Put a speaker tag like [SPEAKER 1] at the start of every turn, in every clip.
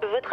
[SPEAKER 1] Votre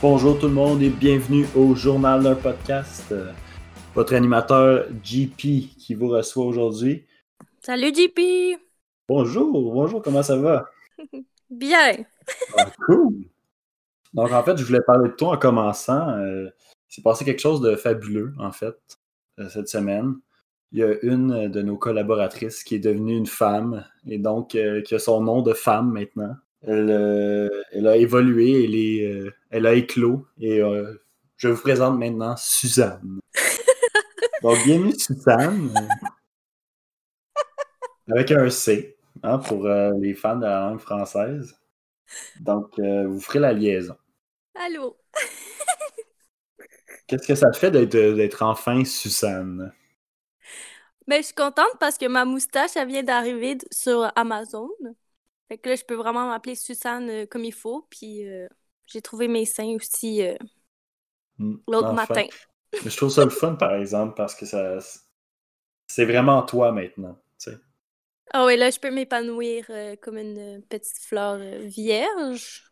[SPEAKER 2] Bonjour tout le monde et bienvenue au Journal d'un podcast. Euh, Votre animateur JP qui vous reçoit aujourd'hui.
[SPEAKER 3] Salut JP!
[SPEAKER 2] Bonjour, bonjour, comment ça va?
[SPEAKER 3] Bien!
[SPEAKER 2] Ah, cool! Donc en fait, je voulais parler de toi en commençant. Euh, il s'est passé quelque chose de fabuleux en fait euh, cette semaine. Il y a une de nos collaboratrices qui est devenue une femme et donc euh, qui a son nom de femme maintenant. Elle, euh, elle a évolué, elle, est, euh, elle a éclos et euh, je vous présente maintenant Suzanne. Donc bienvenue Suzanne. Avec un C hein, pour euh, les fans de la langue française. Donc euh, vous ferez la liaison.
[SPEAKER 3] Allô?
[SPEAKER 2] Qu'est-ce que ça te fait d'être, d'être enfin Suzanne?
[SPEAKER 3] Ben, je suis contente parce que ma moustache, elle vient d'arriver d- sur Amazon. Fait que là, je peux vraiment m'appeler Suzanne euh, comme il faut. Puis euh, j'ai trouvé mes seins aussi euh,
[SPEAKER 2] Mm,
[SPEAKER 3] l'autre
[SPEAKER 2] enfin.
[SPEAKER 3] matin.
[SPEAKER 2] Mais je trouve ça le fun, par exemple, parce que ça c'est vraiment toi maintenant. tu sais.
[SPEAKER 3] Ah ouais, là, je peux m'épanouir euh, comme une petite fleur euh, vierge.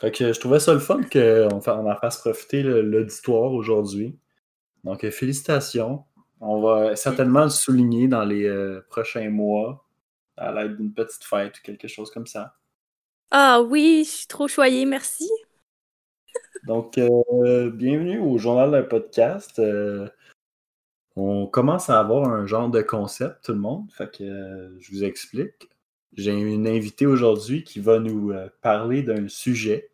[SPEAKER 2] Fait que je trouvais ça le fun qu'on fa- on en fasse profiter le- l'auditoire aujourd'hui. Donc, euh, félicitations. On va certainement le souligner dans les euh, prochains mois à l'aide d'une petite fête ou quelque chose comme ça.
[SPEAKER 3] Ah oui, je suis trop choyée, merci.
[SPEAKER 2] Donc, euh, bienvenue au Journal d'un podcast. Euh, on commence à avoir un genre de concept, tout le monde. Fait que euh, je vous explique. J'ai une invitée aujourd'hui qui va nous euh, parler d'un sujet.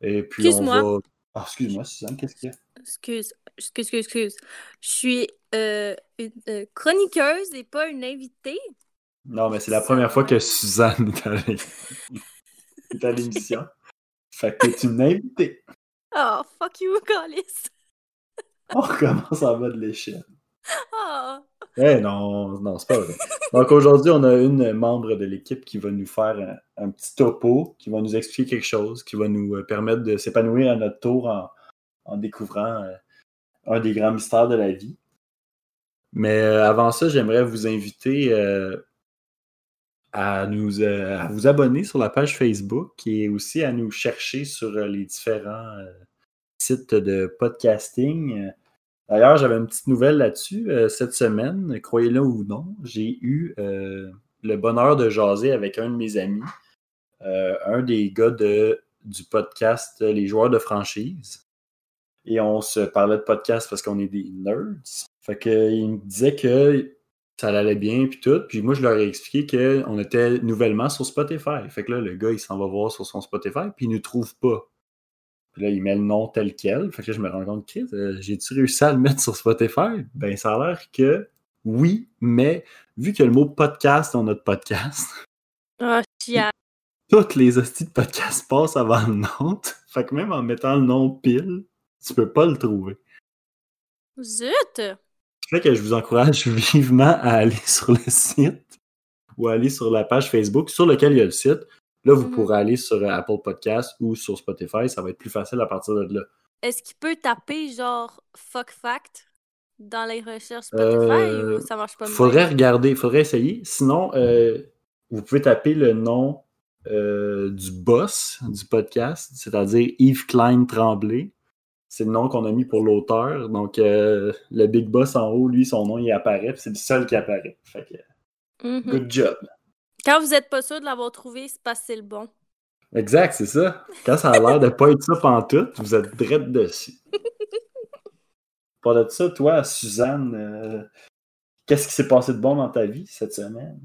[SPEAKER 2] Et puis on
[SPEAKER 3] Excuse-moi.
[SPEAKER 2] va. Ah, excuse-moi, Suzanne, qu'est-ce qu'il y a?
[SPEAKER 3] Excuse, excuse, excuse, excuse. Je suis euh, une euh, chroniqueuse et pas une invitée.
[SPEAKER 2] Non, mais c'est la première fois que Suzanne est à l'é- est à l'émission. Fait que tu m'invites.
[SPEAKER 3] Oh, fuck you, Callis.
[SPEAKER 2] On recommence en bas de l'échelle.
[SPEAKER 3] Oh.
[SPEAKER 2] Eh non, non, c'est pas vrai. Donc aujourd'hui, on a une membre de l'équipe qui va nous faire un, un petit topo, qui va nous expliquer quelque chose, qui va nous euh, permettre de s'épanouir à notre tour en, en découvrant euh, un des grands mystères de la vie. Mais euh, avant ça, j'aimerais vous inviter euh, à, nous, euh, à vous abonner sur la page Facebook et aussi à nous chercher sur euh, les différents euh, sites de podcasting. D'ailleurs, j'avais une petite nouvelle là-dessus euh, cette semaine, croyez-le ou non, j'ai eu euh, le bonheur de jaser avec un de mes amis, euh, un des gars de, du podcast euh, Les joueurs de franchise. Et on se parlait de podcast parce qu'on est des nerds. Fait que euh, il me disait que ça allait bien puis tout. Puis moi, je leur ai expliqué qu'on était nouvellement sur Spotify. Fait que là, le gars, il s'en va voir sur son Spotify, puis il ne trouve pas. Puis là, il met le nom tel quel. Fait que là, je me rends compte, Chris, euh, j'ai-tu réussi à le mettre sur Spotify? Ben, ça a l'air que oui, mais vu que le mot podcast dans notre podcast,
[SPEAKER 3] Oh, chial.
[SPEAKER 2] toutes les hosties de podcast passent avant le nom. Fait que même en mettant le nom pile, tu peux pas le trouver.
[SPEAKER 3] Zut!
[SPEAKER 2] Fait que je vous encourage vivement à aller sur le site ou à aller sur la page Facebook sur laquelle il y a le site. Là, vous
[SPEAKER 3] Mhm.
[SPEAKER 2] pourrez aller sur euh, Apple Podcast ou sur Spotify. Ça va être plus facile à partir de là.
[SPEAKER 3] Est-ce qu'il peut taper genre fuck fact dans les recherches Spotify
[SPEAKER 2] Euh,
[SPEAKER 3] ou ça marche pas
[SPEAKER 2] faudrait
[SPEAKER 3] bien?
[SPEAKER 2] regarder, faudrait essayer. Sinon, euh, vous pouvez taper le nom euh, du boss du podcast, c'est-à-dire Yves Klein Tremblay. C'est le nom qu'on a mis pour l'auteur. Donc, euh, le big boss en haut, lui, son nom, il apparaît. puis C'est le seul qui apparaît. Fait que,
[SPEAKER 3] Mhm.
[SPEAKER 2] good job.
[SPEAKER 3] Quand vous êtes pas sûr de l'avoir trouvé, c'est parce que c'est le bon.
[SPEAKER 2] Exact, c'est ça. Quand ça a l'air de pas être ça pantoute, vous êtes drette dessus. Pas de ça, toi, Suzanne, euh, qu'est-ce qui s'est passé de bon dans ta vie cette semaine?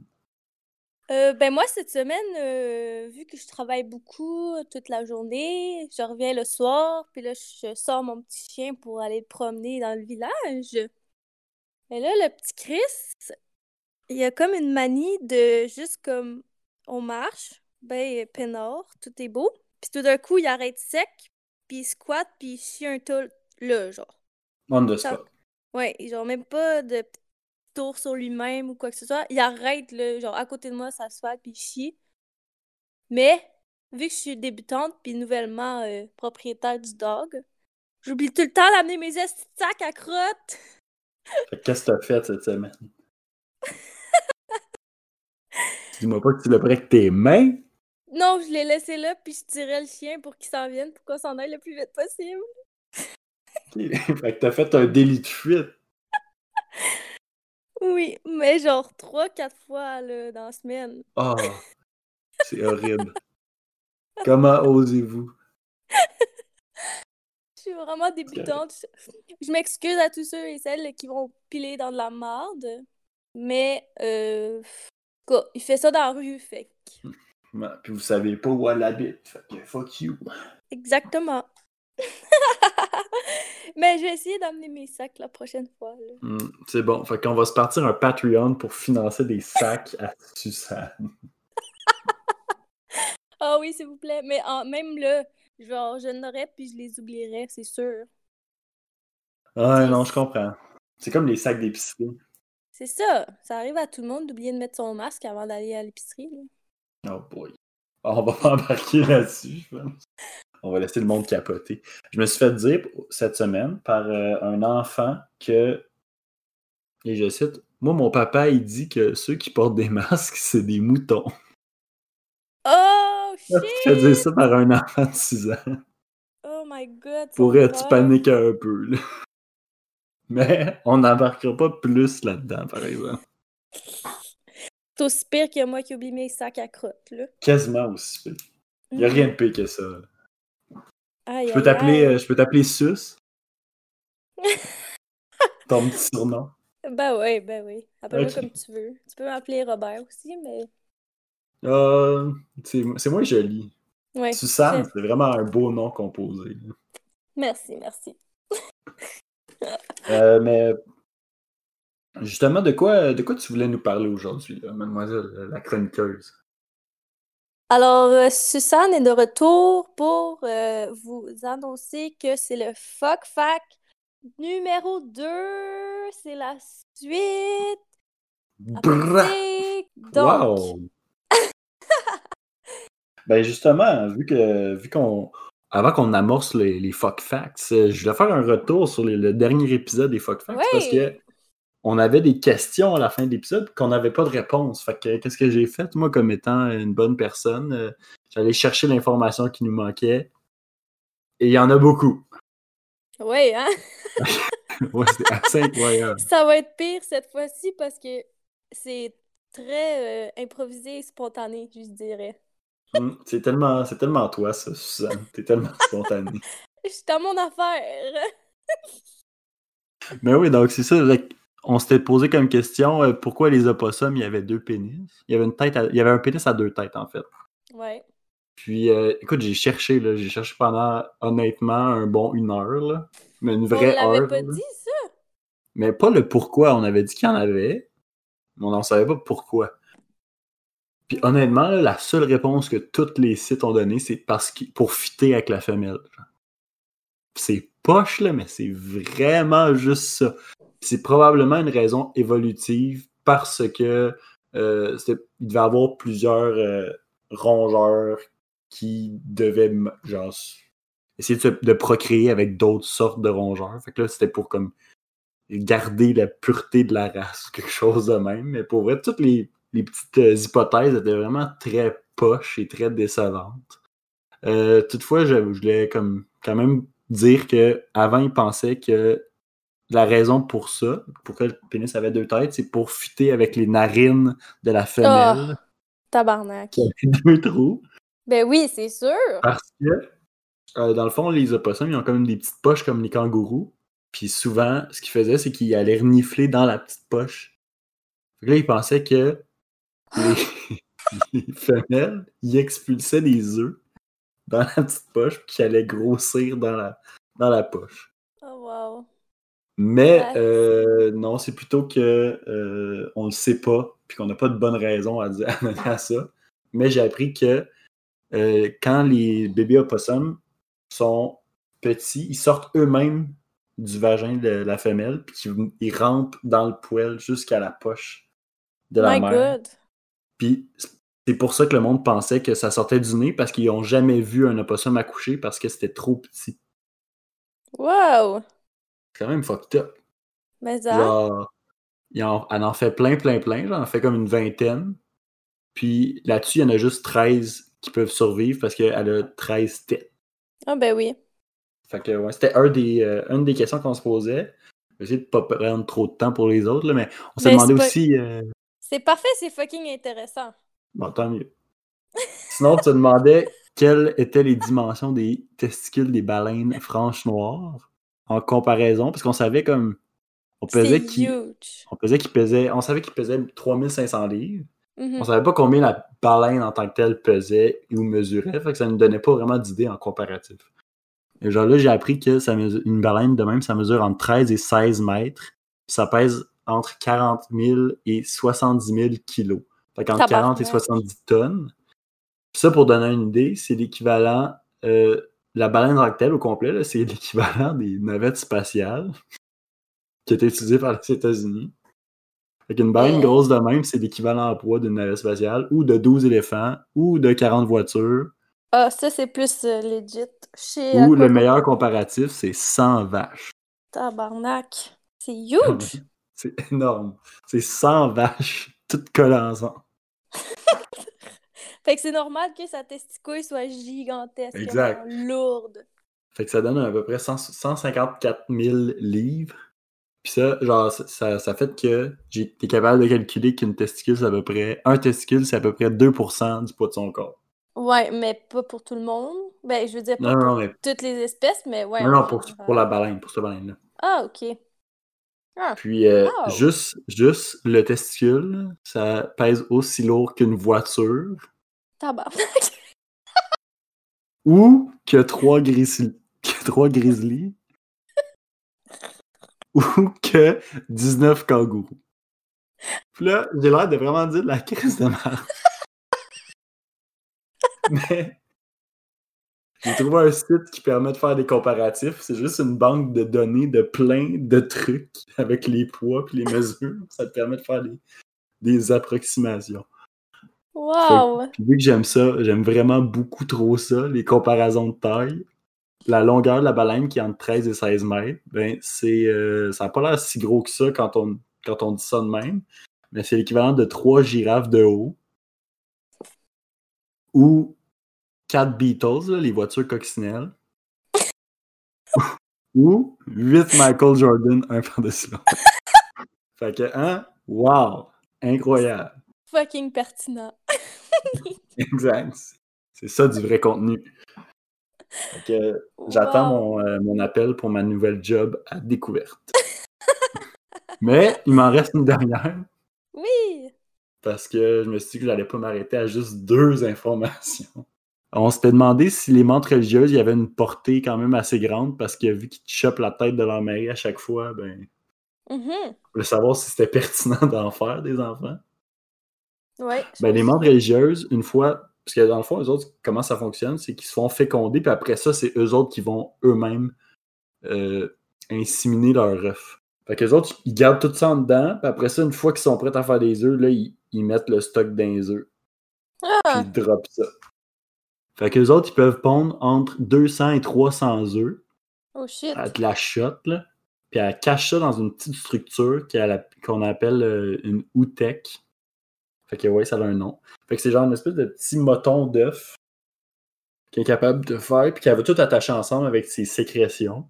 [SPEAKER 3] Euh, ben moi, cette semaine, euh, vu que je travaille beaucoup euh, toute la journée, je reviens le soir, puis là, je sors mon petit chien pour aller le promener dans le village. Mais là, le petit Chris, il a comme une manie de juste comme on marche, ben peinard, tout est beau, puis tout d'un coup, il arrête sec, puis il squatte, puis il chie un tôle là, genre.
[SPEAKER 2] On the spot.
[SPEAKER 3] Ouais, et genre même pas de p- tour sur lui-même ou quoi que ce soit. Il arrête, là, genre à côté de moi, ça se fait, puis il chie. Mais, vu que je suis débutante, puis nouvellement euh, propriétaire du dog, j'oublie tout le temps d'amener mes estis de sacs à crotte.
[SPEAKER 2] Fait que Qu'est-ce que t'as fait cette semaine? Dis-moi pas que tu l'as pris avec tes mains.
[SPEAKER 3] Non, je l'ai laissé là, puis je tirais le chien pour qu'il s'en vienne, pour qu'on s'en aille le plus vite possible.
[SPEAKER 2] fait que t'as fait un délit de fuite.
[SPEAKER 3] Oui, mais genre trois, quatre fois là, dans la semaine.
[SPEAKER 2] Ah, c'est horrible. Comment osez-vous?
[SPEAKER 3] Je suis vraiment débutante. Je- Je m'excuse à tous ceux et celles qui vont piler dans de la marde. Mais, euh, en tout cas, il fait ça dans la rue, fait. que-
[SPEAKER 2] Mm. Ouais, Puis vous savez pas où elle habite. Fait que fuck you.
[SPEAKER 3] Exactement. mais je vais essayer d'amener mes sacs la prochaine fois. là.
[SPEAKER 2] Hmm, c'est bon. Fait qu'on va se partir un Patreon pour financer des sacs à Suzanne.
[SPEAKER 3] Ah oui, s'il vous plaît. Mais en- même là, genre, je n'aurais puis je les oublierais, c'est sûr.
[SPEAKER 2] Ouais, Ah, non, je comprends. C'est comme les sacs d'épicerie.
[SPEAKER 3] C'est ça. Ça arrive à tout le monde d'oublier de mettre son masque avant d'aller à l'épicerie. là.
[SPEAKER 2] Oh boy. On va pas embarquer là-dessus, je pense. On va laisser le monde capoter. Je me suis fait dire cette semaine par euh, un enfant que, et je cite, Moi, mon papa, il dit que ceux qui portent des masques, c'est des moutons.
[SPEAKER 3] Oh,
[SPEAKER 2] Je te
[SPEAKER 3] shit!
[SPEAKER 2] dis ça par un enfant de 6 ans.
[SPEAKER 3] Oh my god. ça
[SPEAKER 2] Pourrais-tu
[SPEAKER 3] me
[SPEAKER 2] paniquer un peu, là? Mais on n'embarquera pas plus là-dedans, par exemple.
[SPEAKER 3] C'est aussi pire que moi qui oublie mes sacs à crotte, là.
[SPEAKER 2] Quasiment aussi pire. Il n'y a rien de pire que ça. là.
[SPEAKER 3] Aïe,
[SPEAKER 2] Je peux
[SPEAKER 3] aïe,
[SPEAKER 2] t'appeler,
[SPEAKER 3] aïe.
[SPEAKER 2] euh, je peux t'appeler Sus. Ton petit surnom.
[SPEAKER 3] Ben oui, ben oui. Appelle-moi
[SPEAKER 2] euh, Ok.
[SPEAKER 3] comme tu veux. Tu peux m'appeler Robert aussi, mais...
[SPEAKER 2] Euh, c'est c'est moins joli.
[SPEAKER 3] Ouais.
[SPEAKER 2] Suzanne, c'est vraiment un beau nom composé. là.
[SPEAKER 3] Merci, merci.
[SPEAKER 2] Euh, mais justement, de quoi, de quoi tu voulais nous parler aujourd'hui, là, mademoiselle la chroniqueuse?
[SPEAKER 3] Alors, euh, Suzanne est de retour pour euh, vous annoncer que c'est le Fuck Fac numéro 2. C'est la suite. ben,
[SPEAKER 2] Brrr!
[SPEAKER 3] Donc,
[SPEAKER 2] Wow! ben justement, vu que vu qu'on avant qu'on amorce les, les fuck facts, euh, je voulais faire un retour sur les- le dernier épisode des fuck facts
[SPEAKER 3] Ouais.
[SPEAKER 2] parce que on avait des questions à la fin de l'épisode qu'on n'avait pas de réponse. Fait que qu'est-ce que j'ai fait moi comme étant une bonne personne euh, J'allais chercher l'information qui nous manquait. Et il y en a beaucoup.
[SPEAKER 3] ouais, hein?
[SPEAKER 2] Ouais, c'est assez incroyable.
[SPEAKER 3] Ça va être pire cette fois-ci parce que c'est très euh, improvisé et spontané, je dirais.
[SPEAKER 2] Mm, C'est tellement, c'est tellement toi, ça, Suzanne. T'es tellement spontanée.
[SPEAKER 3] Je suis dans mon affaire.
[SPEAKER 2] Mais Ben oui, donc c'est ça. fait que on s'était posé comme question euh, pourquoi les opossums, il y avait deux pénis. Il y avait une tête à- il y avait un pénis à deux têtes, en fait.
[SPEAKER 3] Ouais.
[SPEAKER 2] Puis euh, écoute, j'ai cherché, là, j'ai cherché pendant honnêtement un bon une heure, là. Mais une vraie
[SPEAKER 3] on l'avait
[SPEAKER 2] heure.
[SPEAKER 3] pas
[SPEAKER 2] là.
[SPEAKER 3] dit, ça?
[SPEAKER 2] Mais pas le pourquoi. On avait dit qu'il y en avait, mais on n'en savait pas pourquoi. Puis honnêtement, là, la seule réponse que tous les sites ont donnée, c'est parce que pour fitter avec la femelle. C'est poche, là, mais c'est vraiment juste ça. Puis C'est probablement une raison évolutive parce que euh, c'était- il devait y avoir plusieurs euh, rongeurs qui devaient m- genre, s- essayer de, se- de procréer avec d'autres sortes de rongeurs. Fait que là, c'était pour comme garder la pureté de la race, quelque chose de même. Mais pour vrai, toutes les, les petites euh, hypothèses étaient vraiment très poches et très décevantes. Euh, toutefois, je, je voulais comme, quand même dire que avant ils pensaient que la raison pour ça, pourquoi le pénis avait deux têtes, c'est pour fitter avec les narines de la femelle
[SPEAKER 3] Tabarnak.
[SPEAKER 2] qui avait deux trous.
[SPEAKER 3] Ben oui, c'est sûr.
[SPEAKER 2] Parce que, euh, dans le fond, les opossums, ils ont quand même des petites poches comme les kangourous. Puis souvent, ce qu'ils faisaient, c'est qu'ils allaient renifler dans la petite poche. Fait que là, ils pensaient que les, les femelles, ils expulsaient des œufs dans la petite poche, puis qu'ils allaient grossir dans la, dans la poche.
[SPEAKER 3] Oh wow.
[SPEAKER 2] Mais
[SPEAKER 3] Ouais.
[SPEAKER 2] euh, non, c'est plutôt que euh, on le sait pas, puis qu'on n'a pas de bonne raison à, dire, à donner à ça. Mais j'ai appris que euh, quand les bébés opossums sont petits, ils sortent eux-mêmes du vagin de la femelle, puis qu'ils- ils rampent dans le poêle jusqu'à la poche de la
[SPEAKER 3] My
[SPEAKER 2] mère.
[SPEAKER 3] God.
[SPEAKER 2] Puis c'est pour ça que le monde pensait que ça sortait du nez, parce qu'ils n'ont jamais vu un opossum accoucher parce que c'était trop petit.
[SPEAKER 3] Wow.
[SPEAKER 2] C'est quand même fucked up.
[SPEAKER 3] Mais ça.
[SPEAKER 2] Genre, il en- elle en fait plein, plein, plein. J'en fait comme une vingtaine. Puis là-dessus, il y en a juste 13 qui peuvent survivre parce qu'elle a 13 têtes.
[SPEAKER 3] Ah ben oui.
[SPEAKER 2] Fait que, ouais, c'était un des, euh, une des questions qu'on se posait. J'essaie de pas prendre trop de temps pour les autres, là, mais on s'est
[SPEAKER 3] Mais
[SPEAKER 2] demandé
[SPEAKER 3] Ben, c'est pas-
[SPEAKER 2] aussi. euh,
[SPEAKER 3] C'est parfait, c'est fucking intéressant.
[SPEAKER 2] Bon, tant mieux. Sinon, tu te demandais quelles étaient les dimensions des testicules des baleines franches noires en comparaison, parce qu'on savait comme. On
[SPEAKER 3] C'est
[SPEAKER 2] pesait qui.
[SPEAKER 3] huge.
[SPEAKER 2] On pesait qu'il pesait. On savait qu'il pesait 3500 livres.
[SPEAKER 3] Mhm.
[SPEAKER 2] On savait pas combien la baleine en tant que telle pesait ou mesurait, fait que ça ne donnait pas vraiment d'idée en comparatif. Et genre là, j'ai appris que ça mesu- une baleine de même, ça mesure entre 13 et 16 mètres, puis ça pèse entre 40 000 et 70 000 kilos. Fait qu'entre 40 et
[SPEAKER 3] Tabarnak.
[SPEAKER 2] 70 tonnes. Puis ça, pour donner une idée, c'est l'équivalent, euh, la baleine en tant que telle au complet, là, c'est l'équivalent des navettes spatiales qui étaient utilisées par les États-Unis. Fait qu'une baleine
[SPEAKER 3] Ouais.
[SPEAKER 2] grosse de même, c'est l'équivalent en poids d'une navette spatiale ou de 12 éléphants ou de 40 voitures.
[SPEAKER 3] Ah, ça, c'est plus euh, legit. Chez
[SPEAKER 2] ou
[SPEAKER 3] Aquaman.
[SPEAKER 2] le meilleur comparatif, c'est 100 vaches.
[SPEAKER 3] Tabarnak. C'est huge.
[SPEAKER 2] C'est énorme. C'est 100 vaches, toutes collées ensemble.
[SPEAKER 3] fait que c'est normal que sa testicule soit gigantesque.
[SPEAKER 2] Exact.
[SPEAKER 3] Lourde.
[SPEAKER 2] Fait que ça donne à peu près 100 154 000 livres. Puis ça, genre, ça- ça, ça fait que j'ai été capable de calculer qu'une testicule, c'est à peu près. Un testicule, c'est à peu près 2 du poids de son corps.
[SPEAKER 3] Ouais, mais pas pour tout le monde. Ben, je veux dire, pas
[SPEAKER 2] Non, non,
[SPEAKER 3] pour
[SPEAKER 2] non, mais.
[SPEAKER 3] toutes les espèces, mais ouais.
[SPEAKER 2] Non, non,
[SPEAKER 3] en
[SPEAKER 2] pour,
[SPEAKER 3] général.
[SPEAKER 2] pour la baleine, pour cette baleine-là.
[SPEAKER 3] Ah, ok. Ah,
[SPEAKER 2] Puis euh,
[SPEAKER 3] Oh.
[SPEAKER 2] juste, juste le testicule, ça pèse aussi lourd qu'une voiture
[SPEAKER 3] tabarnak.
[SPEAKER 2] ou que trois grizzlies. Que trois grizzlies. ou que 19 kangourous. Puis là, j'ai l'air de vraiment dire de la crise de merde. Mais j'ai trouvé un site qui permet de faire des comparatifs. C'est juste une banque de données de plein de trucs avec les poids puis les mesures. Ça te permet de faire des- des approximations.
[SPEAKER 3] Wow.
[SPEAKER 2] Puis vu que j'aime ça, j'aime vraiment beaucoup trop ça, les comparaisons de taille. La longueur de la baleine qui est entre 13 et 16 mètres, ben c'est euh, ça n'a pas l'air si gros que ça quand on, quand on dit ça de même, mais c'est l'équivalent de trois girafes de haut ou quatre Beatles, là, les voitures coccinelles, ou huit Michael Jordan, un par-dessus l'autre. Fait que, hein? Wow! Incroyable!
[SPEAKER 3] Fucking pertinent.
[SPEAKER 2] Exact. C'est ça du vrai contenu. Fait que J'attends
[SPEAKER 3] Wow.
[SPEAKER 2] mon, euh, mon appel pour ma nouvelle job à découverte. Mais il m'en reste une dernière
[SPEAKER 3] Oui.
[SPEAKER 2] parce que je me suis dit que j'allais pas m'arrêter à juste deux informations. On s'était demandé si les mantes religieuses, il y avait une portée quand même assez grande parce que vu qu'ils te chopent la tête de leur mari à chaque fois, ben,
[SPEAKER 3] Mhm.
[SPEAKER 2] je voulais savoir si c'était pertinent d'en faire des enfants.
[SPEAKER 3] Ouais. je
[SPEAKER 2] Ben,
[SPEAKER 3] pense-
[SPEAKER 2] les membres religieuses, une fois, parce que dans le fond, eux autres, comment ça fonctionne, c'est qu'ils se font féconder, puis après ça, c'est eux autres qui vont eux-mêmes euh, inséminer leur œuf. Fait qu'eux autres, ils gardent tout ça en dedans, puis après ça, une fois qu'ils sont prêts à faire des œufs, là, ils, ils mettent le stock dans les œufs, puis
[SPEAKER 3] Ah,
[SPEAKER 2] ils dropent ça. Fait qu'eux autres, ils peuvent pondre entre 200 et 300 œufs,
[SPEAKER 3] oh shit.
[SPEAKER 2] elle te la shot, là, puis elle cache ça dans une petite structure qu'elle a- qu'on appelle euh, une outek. Fait que ouais, ça a un nom. Fait que c'est genre une espèce de petit moton d'œuf qu'elle est capable de faire, puis qu'elle va tout attacher ensemble avec ses sécrétions.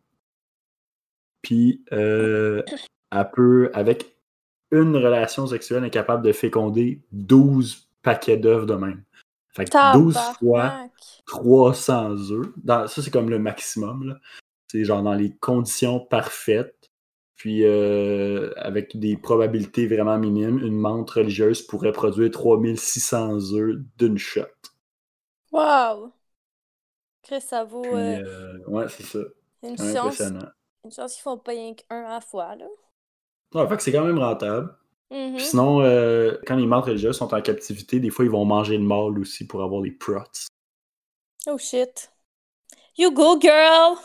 [SPEAKER 2] Puis euh, elle peut, avec une relation sexuelle, elle est capable de féconder 12 paquets d'œufs de même. Fait que 12 fois
[SPEAKER 3] Tabarnak.
[SPEAKER 2] 300 œufs. Dans- ça, c'est comme le maximum. là. C'est genre dans les conditions parfaites. Puis euh, avec des probabilités vraiment minimes, une menthe religieuse pourrait produire 3600 œufs d'une shot.
[SPEAKER 3] Wow. Chris, ça vaut
[SPEAKER 2] Puis,
[SPEAKER 3] euh,
[SPEAKER 2] euh, ouais, c'est ça.
[SPEAKER 3] une
[SPEAKER 2] C'est
[SPEAKER 3] chance.
[SPEAKER 2] impressionnant.
[SPEAKER 3] Une chance qu'ils font pas rien qu'un à la fois, là.
[SPEAKER 2] Ouais, fait que c'est quand même rentable.
[SPEAKER 3] Mhm.
[SPEAKER 2] Puis sinon, euh, quand les menthes religieuses sont en captivité, des fois, ils vont manger le mâle aussi pour avoir des prots.
[SPEAKER 3] Oh shit. You go, girl!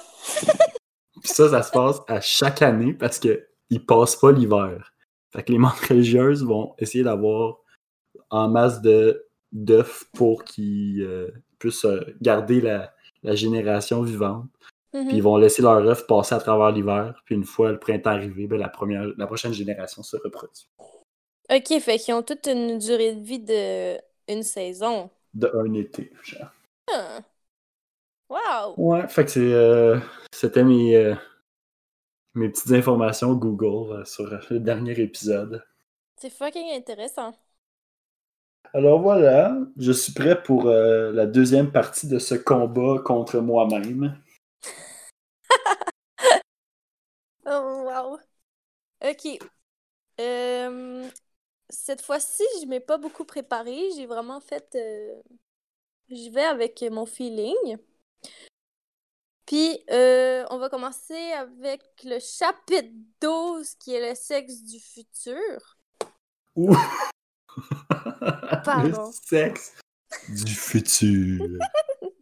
[SPEAKER 2] Puis ça, ça se passe à chaque année parce qu'ils passent pas l'hiver. Fait que les membres religieuses vont essayer d'avoir en masse de d'œufs pour qu'ils euh, puissent euh, garder la, la génération vivante.
[SPEAKER 3] Mhm.
[SPEAKER 2] Puis ils vont laisser leur œuf passer à travers l'hiver. Puis une fois le printemps arrivé, ben, la, première, la prochaine génération se reproduit.
[SPEAKER 3] Ok, fait qu'ils ont toute une durée de vie de une saison.
[SPEAKER 2] De un été, genre.
[SPEAKER 3] Ah. Wow!
[SPEAKER 2] Ouais, fait que c'est, euh, c'était mes, euh, mes petites informations Google euh, sur le dernier épisode.
[SPEAKER 3] C'est fucking intéressant.
[SPEAKER 2] Alors voilà, je suis prêt pour euh, la deuxième partie de ce combat contre moi-même.
[SPEAKER 3] Oh, wow! Ok. Euh, cette fois-ci, je m'ai pas beaucoup préparée. J'ai vraiment fait. euh, Je vais avec mon feeling. Puis, euh, on va commencer avec le chapitre 12 qui est le sexe du futur.
[SPEAKER 2] Ouh!
[SPEAKER 3] Pardon.
[SPEAKER 2] Le sexe du futur.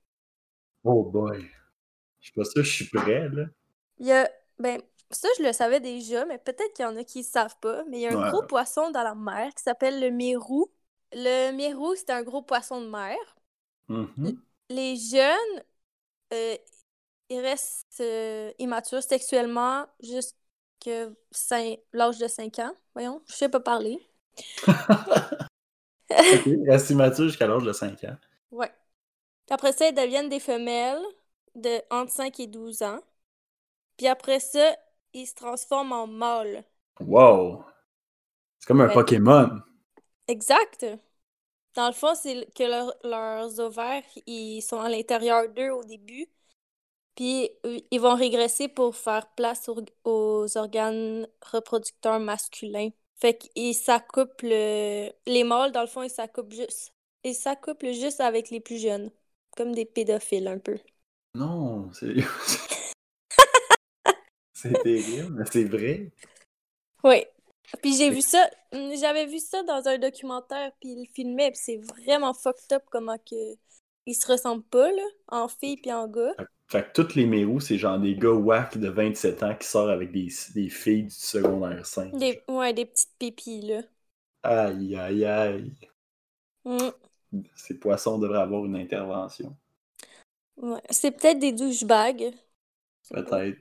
[SPEAKER 2] oh boy. Je suis pas sûr que je suis prêt, là.
[SPEAKER 3] Il y a. Ben, ça, je le savais déjà, mais peut-être qu'il y en a qui ne savent pas. Mais il y a un
[SPEAKER 2] Ouais.
[SPEAKER 3] gros poisson dans la mer qui s'appelle le mérou. Le mérou, c'est un gros poisson de mer.
[SPEAKER 2] Mhm.
[SPEAKER 3] les jeunes, euh, ils restent euh, immatures sexuellement jusqu'à cin- l'âge de 5 ans. Voyons, je sais pas parler.
[SPEAKER 2] Ok, reste immature jusqu'à l'âge de 5 ans.
[SPEAKER 3] Ouais. Puis Après ça, ils deviennent des femelles de entre 5 et 12 ans. Puis après ça, ils se transforment en mâles.
[SPEAKER 2] Wow! C'est comme un
[SPEAKER 3] Ouais.
[SPEAKER 2] Pokémon.
[SPEAKER 3] Exact. Dans le fond, c'est que leur- leurs ovaires, ils sont à l'intérieur d'eux au début. Puis euh, ils vont régresser pour faire place aux, aux organes reproducteurs masculins. Fait qu'ils s'accouplent, euh, les mâles, dans le fond, ils s'accouplent juste. Ils s'accouplent juste avec les plus jeunes. Comme des pédophiles, un peu.
[SPEAKER 2] Non, c'est. c'est terrible, mais c'est vrai.
[SPEAKER 3] Oui. Puis j'ai vu ça, mm, j'avais vu ça dans un documentaire, puis ils le filmaient, puis c'est vraiment fucked up comment que ils se ressemblent pas, là, en filles puis en gars.
[SPEAKER 2] Fait que toutes les mérous, c'est genre des gars whack de 27 ans qui sortent avec des, des filles du secondaire 5.
[SPEAKER 3] Des, ouais, des petites pépis, là.
[SPEAKER 2] Aïe, aïe, aïe.
[SPEAKER 3] Mm.
[SPEAKER 2] Ces poissons devraient avoir une intervention.
[SPEAKER 3] Ouais. C'est peut-être des douchebags.
[SPEAKER 2] Peut-être.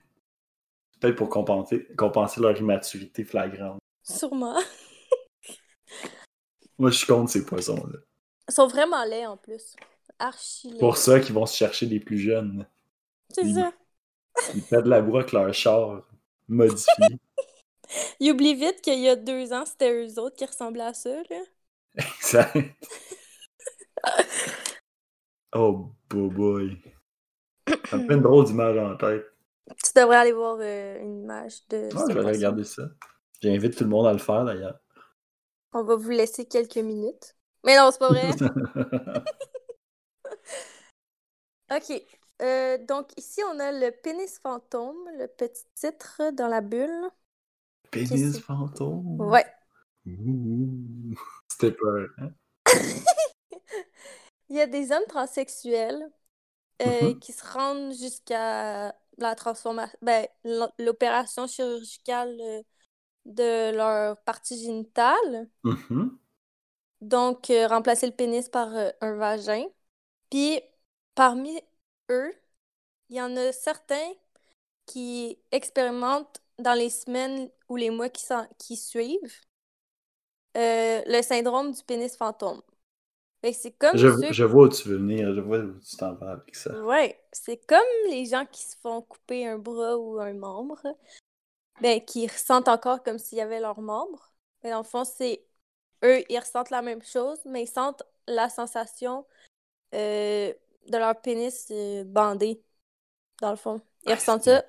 [SPEAKER 2] Peut-être pour compenser, compenser leur immaturité flagrante.
[SPEAKER 3] Sûrement.
[SPEAKER 2] Moi, je suis contre ces poissons-là.
[SPEAKER 3] Ils sont vraiment laids, en plus. Archi laids.
[SPEAKER 2] Pour ça qu'ils vont se chercher des plus jeunes.
[SPEAKER 3] C'est ça.
[SPEAKER 2] Ils perdent la broie avec leur char modifié.
[SPEAKER 3] Ils oublient vite qu'il y a deux ans, c'était eux autres qui ressemblaient à ça, là.
[SPEAKER 2] Exact. Oh, boy, boy. Ça me fait une drôle d'image en tête.
[SPEAKER 3] Tu devrais aller voir euh, une image de
[SPEAKER 2] Ouais,
[SPEAKER 3] ce
[SPEAKER 2] Ah, je vais
[SPEAKER 3] poisson.
[SPEAKER 2] regarder ça. J'invite tout le monde à le faire, d'ailleurs.
[SPEAKER 3] On va vous laisser quelques minutes. Mais non, c'est pas vrai. OK. Euh, donc, ici, on a le pénis fantôme, le petit titre dans la bulle. Qu'est-ce
[SPEAKER 2] Pénis
[SPEAKER 3] que-
[SPEAKER 2] fantôme.
[SPEAKER 3] Ouais.
[SPEAKER 2] Ouh. C'était peur. hein?
[SPEAKER 3] Il y a des hommes transsexuels euh,
[SPEAKER 2] Mhm.
[SPEAKER 3] qui se rendent jusqu'à la transformation, ben, l'o- l'opération chirurgicale euh, de leur partie génitale.
[SPEAKER 2] Mhm.
[SPEAKER 3] Donc, euh, remplacer le pénis par euh, un vagin. Puis, parmi eux, il y en a certains qui expérimentent dans les semaines ou les mois qui, s'en- qui suivent euh, le syndrome du pénis fantôme. Fait que c'est comme
[SPEAKER 2] Je,
[SPEAKER 3] ceux
[SPEAKER 2] je vois où tu veux venir, je vois où tu t'en vas avec ça.
[SPEAKER 3] Ouais, c'est comme les gens qui se font couper un bras ou un membre, ben, qui ressentent encore comme s'il y avait leur membre. Mais dans le fond, c'est eux, ils ressentent la même chose, mais ils sentent la sensation euh, de leur pénis euh, bandé, dans le fond. Ils ressentent ça,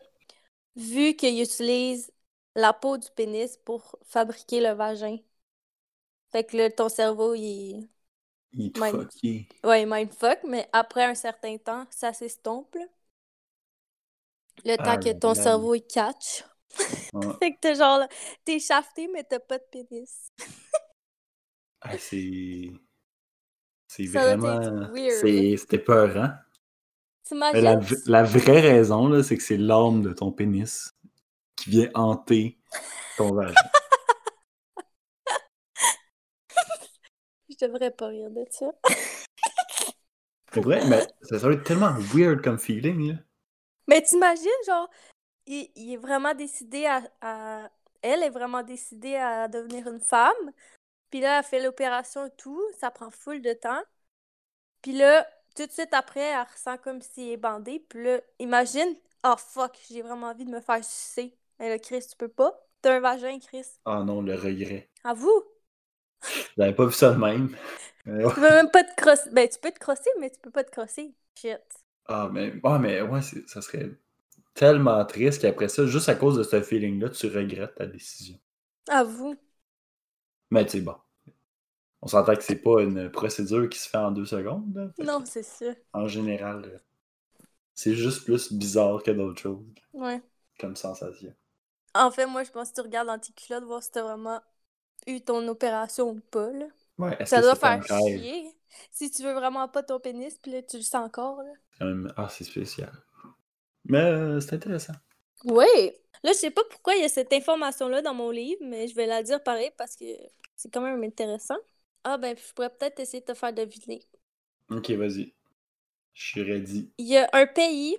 [SPEAKER 3] vu qu'ils utilisent la peau du pénis pour fabriquer le vagin. Fait que là, ton cerveau, il,
[SPEAKER 2] Il est tout
[SPEAKER 3] Ouais.
[SPEAKER 2] fucké.
[SPEAKER 3] Ouais, mindfuck, mais après un certain temps, ça s'estompe. là. Le temps que
[SPEAKER 2] Aïe,
[SPEAKER 3] ton
[SPEAKER 2] aïe, aïe.
[SPEAKER 3] cerveau il catch.
[SPEAKER 2] Ah, Ouais.
[SPEAKER 3] Fait que t'es genre, là, t'es shafté, mais t'as pas de pénis.
[SPEAKER 2] Ah, c'est. C'est
[SPEAKER 3] Ça doit être
[SPEAKER 2] vraiment.
[SPEAKER 3] weird. Ah,
[SPEAKER 2] c'est- C'était peur, hein? Mais la,
[SPEAKER 3] T'imagines?
[SPEAKER 2] v- la vraie raison, là, c'est que c'est l'âme de ton pénis qui vient hanter ton vagin.
[SPEAKER 3] Je devrais pas rire de ça.
[SPEAKER 2] C'est vrai, mais ça, ça va être tellement weird comme feeling, là.
[SPEAKER 3] Mais t'imagines, genre, il, il est vraiment décidé à, à- Elle est vraiment décidée à devenir une femme. Puis là, elle fait l'opération et tout. Ça prend full de temps. Puis là, tout de suite après, elle ressent comme si elle est bandée. Puis là, imagine, oh fuck, j'ai vraiment envie de me faire sucer. Mais là, Chris, tu peux pas. T'as un vagin, Chris.
[SPEAKER 2] Ah non, le regret.
[SPEAKER 3] Avoue.
[SPEAKER 2] J'avais pas vu ça de même. Mais ouais.
[SPEAKER 3] Tu peux même pas te crosser. Ben, tu peux te crosser, mais tu peux pas te crosser. Shit.
[SPEAKER 2] Ah, mais, ah, mais ouais, c'est- ça serait tellement triste qu'après ça, juste à cause de ce feeling-là, tu regrettes ta décision.
[SPEAKER 3] Avoue.
[SPEAKER 2] Mais tu sais, bon. On s'entend que c'est pas une procédure qui se fait en deux secondes. là. Fait que,
[SPEAKER 3] Non, c'est sûr.
[SPEAKER 2] En général, euh, c'est juste plus bizarre que d'autres choses
[SPEAKER 3] Ouais.
[SPEAKER 2] comme sensation.
[SPEAKER 3] En fait, moi, je pense que tu regardes dans tes culottes, voir si t'as vraiment eu ton opération ou pas, là.
[SPEAKER 2] Ouais, est-ce
[SPEAKER 3] Ça
[SPEAKER 2] que
[SPEAKER 3] doit
[SPEAKER 2] c'est ton
[SPEAKER 3] faire
[SPEAKER 2] rêve?
[SPEAKER 3] chier. Si tu veux vraiment pas ton pénis, puis là, tu le sens encore, là.
[SPEAKER 2] Quand même, ah, c'est spécial. Mais euh, c'est intéressant.
[SPEAKER 3] Oui! Là, je sais pas pourquoi il y a cette information-là dans mon livre, mais je vais la dire pareil parce que c'est quand même intéressant. Ah, ben, je pourrais peut-être essayer de te faire deviner.
[SPEAKER 2] Ok, vas-y. Je suis ready.
[SPEAKER 3] Il y a un pays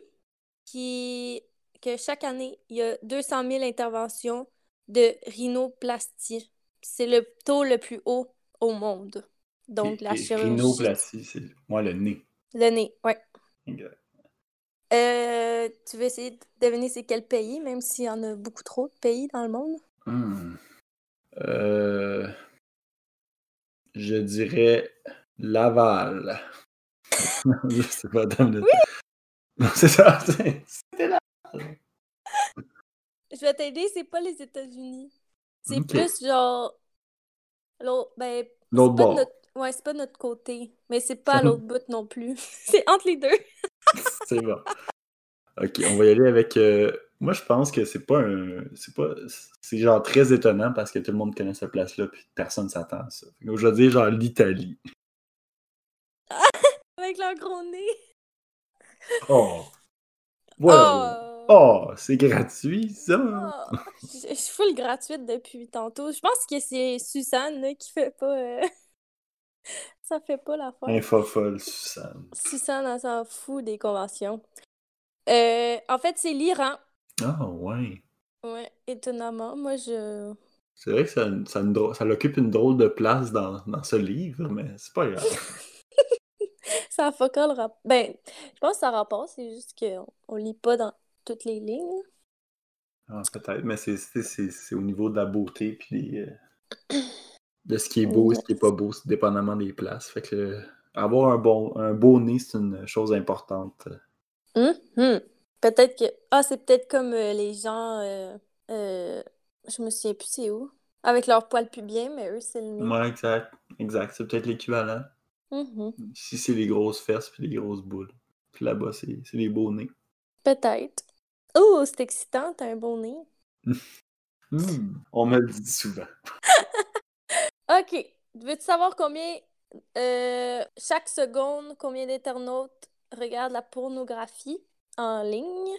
[SPEAKER 3] qui que chaque année, il y a 200 000 interventions de rhinoplastie. C'est le taux le plus haut au monde. Donc,
[SPEAKER 2] Et-
[SPEAKER 3] la
[SPEAKER 2] et
[SPEAKER 3] chirurgie.
[SPEAKER 2] rhinoplastie, c'est moi le nez.
[SPEAKER 3] Le nez, ouais.
[SPEAKER 2] Exact.
[SPEAKER 3] Euh, tu veux essayer de deviner c'est quel pays, même s'il y en a beaucoup trop de pays dans le monde?
[SPEAKER 2] Hmm. Euh, je dirais Laval. je sais pas, attends une minute. Non, c'est ça. c'est- C'était là.
[SPEAKER 3] Je vais t'aider, c'est pas les États-Unis. C'est
[SPEAKER 2] Ok.
[SPEAKER 3] plus genre. L'autre, ben, c'est
[SPEAKER 2] L'autre
[SPEAKER 3] pas de
[SPEAKER 2] bord.
[SPEAKER 3] notre- Ouais, c'est pas de notre côté, mais c'est pas à l'autre bout non plus. c'est entre les deux.
[SPEAKER 2] C'est bon. Ok, on va y aller avec. euh, moi, je pense que c'est pas un. C'est pas. C'est genre très étonnant parce que tout le monde connaît cette place-là puis personne s'attend à ça. Aujourd'hui, genre l'Italie.
[SPEAKER 3] Avec leur gros nez.
[SPEAKER 2] Oh! Wow!
[SPEAKER 3] Oh.
[SPEAKER 2] Oh! c'est gratuit, ça!
[SPEAKER 3] Oh, je je suis full gratuite depuis tantôt. Je pense que c'est Suzanne là, qui fait pas. euh, Ça fait pas la fois.
[SPEAKER 2] Info folle, Suzanne.
[SPEAKER 3] Suzanne, elle s'en fout des conventions. Euh, en fait, c'est l'Iran.
[SPEAKER 2] Ah, ouais.
[SPEAKER 3] Ouais, étonnamment. Moi, je.
[SPEAKER 2] C'est vrai que ça, ça, a une drôle- ça l'occupe une drôle de place dans, dans ce livre, mais c'est pas grave.
[SPEAKER 3] Ça a fuck all rap- Ben, je pense que ça rapporte. C'est juste qu'on on lit pas dans toutes les lignes.
[SPEAKER 2] Ah, Peut-être, mais c'est- c'est c'est- c'est au niveau de la beauté puis des, euh, de ce qui est beau et ce qui est pas beau, c'est dépendamment des places. Fait que euh, avoir un, bon, un beau nez, c'est une chose importante.
[SPEAKER 3] Hum, hum. Peut-être que. Ah, c'est peut-être comme euh, les gens. euh, euh, Je me souviens plus c'est où. Avec leur poil pubien, mais eux, c'est le nez.
[SPEAKER 2] Ouais, exact. Exact. C'est peut-être l'équivalent.
[SPEAKER 3] Mhm.
[SPEAKER 2] Si c'est les grosses fesses puis les grosses boules. Puis là-bas, c'est c'est les beaux nez.
[SPEAKER 3] Peut-être. Oh, c'est excitant, t'as un bon nez.
[SPEAKER 2] Hmm, On me le dit souvent.
[SPEAKER 3] Ok. Veux-tu savoir combien, euh, chaque seconde, combien d'internautes regardent la pornographie en ligne?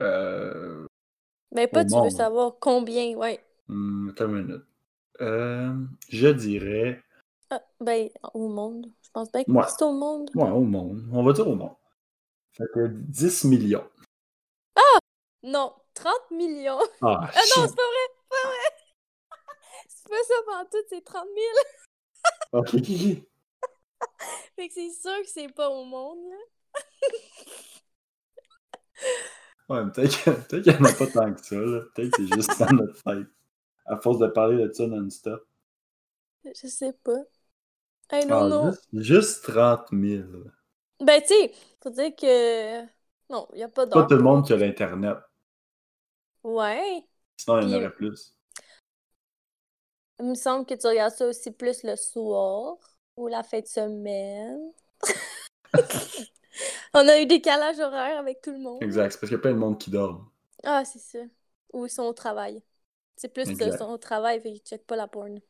[SPEAKER 2] Euh,
[SPEAKER 3] Mais pas
[SPEAKER 2] Au
[SPEAKER 3] tu veux
[SPEAKER 2] monde.
[SPEAKER 3] savoir combien, ouais.
[SPEAKER 2] Hmm, attends une minute. Euh, je dirais.
[SPEAKER 3] Ah, ben, au monde. Je pense bien que
[SPEAKER 2] Ouais.
[SPEAKER 3] c'est au monde.
[SPEAKER 2] Ouais, au monde. On va dire au monde. Fait que 10 millions.
[SPEAKER 3] Non, 30 millions.
[SPEAKER 2] Ah,
[SPEAKER 3] Ah non,
[SPEAKER 2] shit.
[SPEAKER 3] c'est pas vrai, pas vrai. C'est pas ça pantoute, c'est 30 000.
[SPEAKER 2] Ok, ok, ok.
[SPEAKER 3] Fait que c'est sûr que c'est pas au monde, là.
[SPEAKER 2] Ouais, mais peut-être que- peut-être qu'il n'y en a pas tant que ça. là. Peut-être que c'est juste dans notre tête. À force de parler de ça non-stop.
[SPEAKER 3] Je sais pas. Hey, non,
[SPEAKER 2] Ah,
[SPEAKER 3] non.
[SPEAKER 2] juste, juste 30 000.
[SPEAKER 3] Ben, tu sais, faut dire que. Non, il a pas
[SPEAKER 2] Pas
[SPEAKER 3] d'or.
[SPEAKER 2] tout le monde qui a l'Internet.
[SPEAKER 3] Ouais.
[SPEAKER 2] Sinon, il y en
[SPEAKER 3] Puis-
[SPEAKER 2] aurait plus.
[SPEAKER 3] Il me semble que tu regardes ça aussi plus le soir ou la fin de semaine. On a eu décalage horaire avec tout le monde.
[SPEAKER 2] Exact. C'est parce qu'il y a plein de monde qui dort.
[SPEAKER 3] Ah, c'est ça. Ou ils sont au travail. C'est plus
[SPEAKER 2] Exact.
[SPEAKER 3] qu'ils sont au travail, fait qu'ils checkent pas la porn.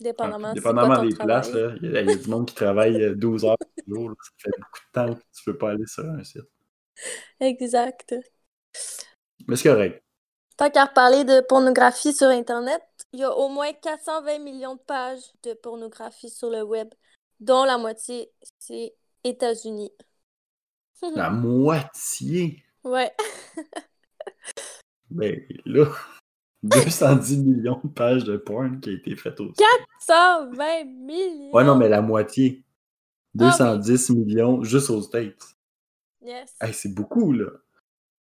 [SPEAKER 3] Dépendamment,
[SPEAKER 2] Ah, puis
[SPEAKER 3] c'est
[SPEAKER 2] dépendamment
[SPEAKER 3] quoi ton
[SPEAKER 2] des places, euh.
[SPEAKER 3] travail.
[SPEAKER 2] là, il y, a il y a du monde qui travaille euh, 12 heures par jour. là. Ça fait beaucoup de temps que tu peux pas aller sur un site.
[SPEAKER 3] Exact.
[SPEAKER 2] Mais c'est correct.
[SPEAKER 3] Tant qu'à reparler de pornographie sur Internet, il y a au moins 420 millions de pages de pornographie sur le web, dont la moitié, c'est États-Unis.
[SPEAKER 2] La moitié.
[SPEAKER 3] Ouais.
[SPEAKER 2] Ben là, 210 millions de pages de porn qui a été faite aussi.
[SPEAKER 3] 120 millions!
[SPEAKER 2] Ouais, non, mais la moitié.
[SPEAKER 3] Ah, oui.
[SPEAKER 2] 210 millions juste aux States.
[SPEAKER 3] Yes.
[SPEAKER 2] Hey, c'est beaucoup, là.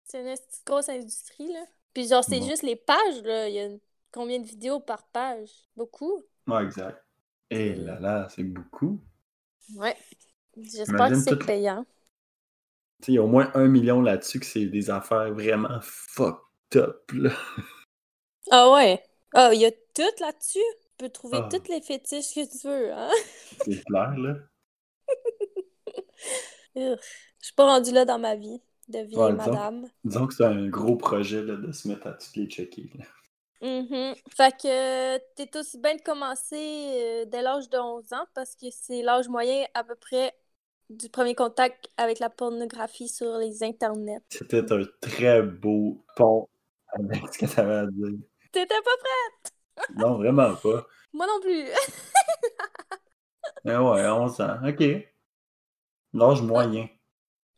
[SPEAKER 3] C'est une petite grosse industrie, là. Puis genre, c'est
[SPEAKER 2] Bon.
[SPEAKER 3] juste les pages, là. Il y a une- combien de vidéos par page? Beaucoup?
[SPEAKER 2] Ouais, exact. Eh là là, c'est beaucoup.
[SPEAKER 3] Ouais. J'espère que
[SPEAKER 2] Imagine
[SPEAKER 3] c'est
[SPEAKER 2] toute-
[SPEAKER 3] payant.
[SPEAKER 2] Tu sais, il y a au moins un million là-dessus que c'est des affaires vraiment fucked up, là.
[SPEAKER 3] Ah ouais. Ah, il y a tout là-dessus. Tu peux trouver
[SPEAKER 2] Ah.
[SPEAKER 3] toutes les fétiches que tu veux, hein?
[SPEAKER 2] C'est clair, là.
[SPEAKER 3] Urgh. Je suis pas rendue là dans ma vie, de vieille
[SPEAKER 2] Ouais, disons.
[SPEAKER 3] madame.
[SPEAKER 2] Disons que c'est un gros projet là, de se mettre à toutes les checker. là.
[SPEAKER 3] Mhm. Fait que euh, t'es aussi bien de commencer euh, dès l'âge de 11 ans parce que c'est l'âge moyen à peu près du premier contact avec la pornographie sur les internets.
[SPEAKER 2] C'était un très beau pont avec ce que tu avais à dire.
[SPEAKER 3] T'étais pas prêt?
[SPEAKER 2] Non, vraiment pas.
[SPEAKER 3] Moi non plus.
[SPEAKER 2] Mais Ah ouais, 11 ans. OK. L'âge moyen.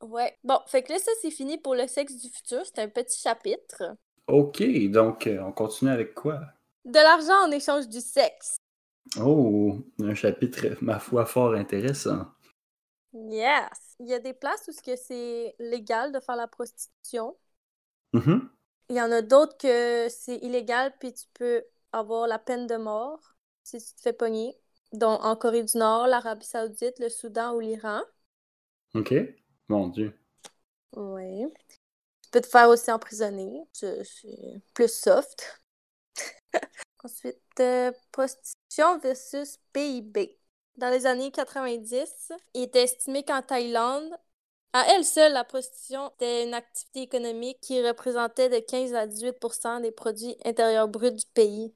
[SPEAKER 3] Ouais. Bon, fait que là, ça, c'est fini pour le sexe du futur. C'est un petit chapitre.
[SPEAKER 2] OK, donc euh, on continue avec quoi?
[SPEAKER 3] De l'argent en échange du sexe.
[SPEAKER 2] Oh, un chapitre, ma foi, fort intéressant.
[SPEAKER 3] Yes. Il y a des places où ce que c'est légal de faire la prostitution.
[SPEAKER 2] Mhm.
[SPEAKER 3] Il y en a d'autres que c'est illégal, puis tu peux avoir la peine de mort si tu te fais pogner. Dont en Corée du Nord, l'Arabie Saoudite, le Soudan ou l'Iran.
[SPEAKER 2] OK. Mon Dieu.
[SPEAKER 3] Oui. Tu peux te faire aussi emprisonner. C'est c'est plus soft. Ensuite, euh, prostitution versus PIB. Dans les années 90, il était estimé qu'en Thaïlande, à elle seule, la prostitution était une activité économique qui représentait de 15 à 18 des produits intérieurs bruts du pays.
[SPEAKER 2] Ben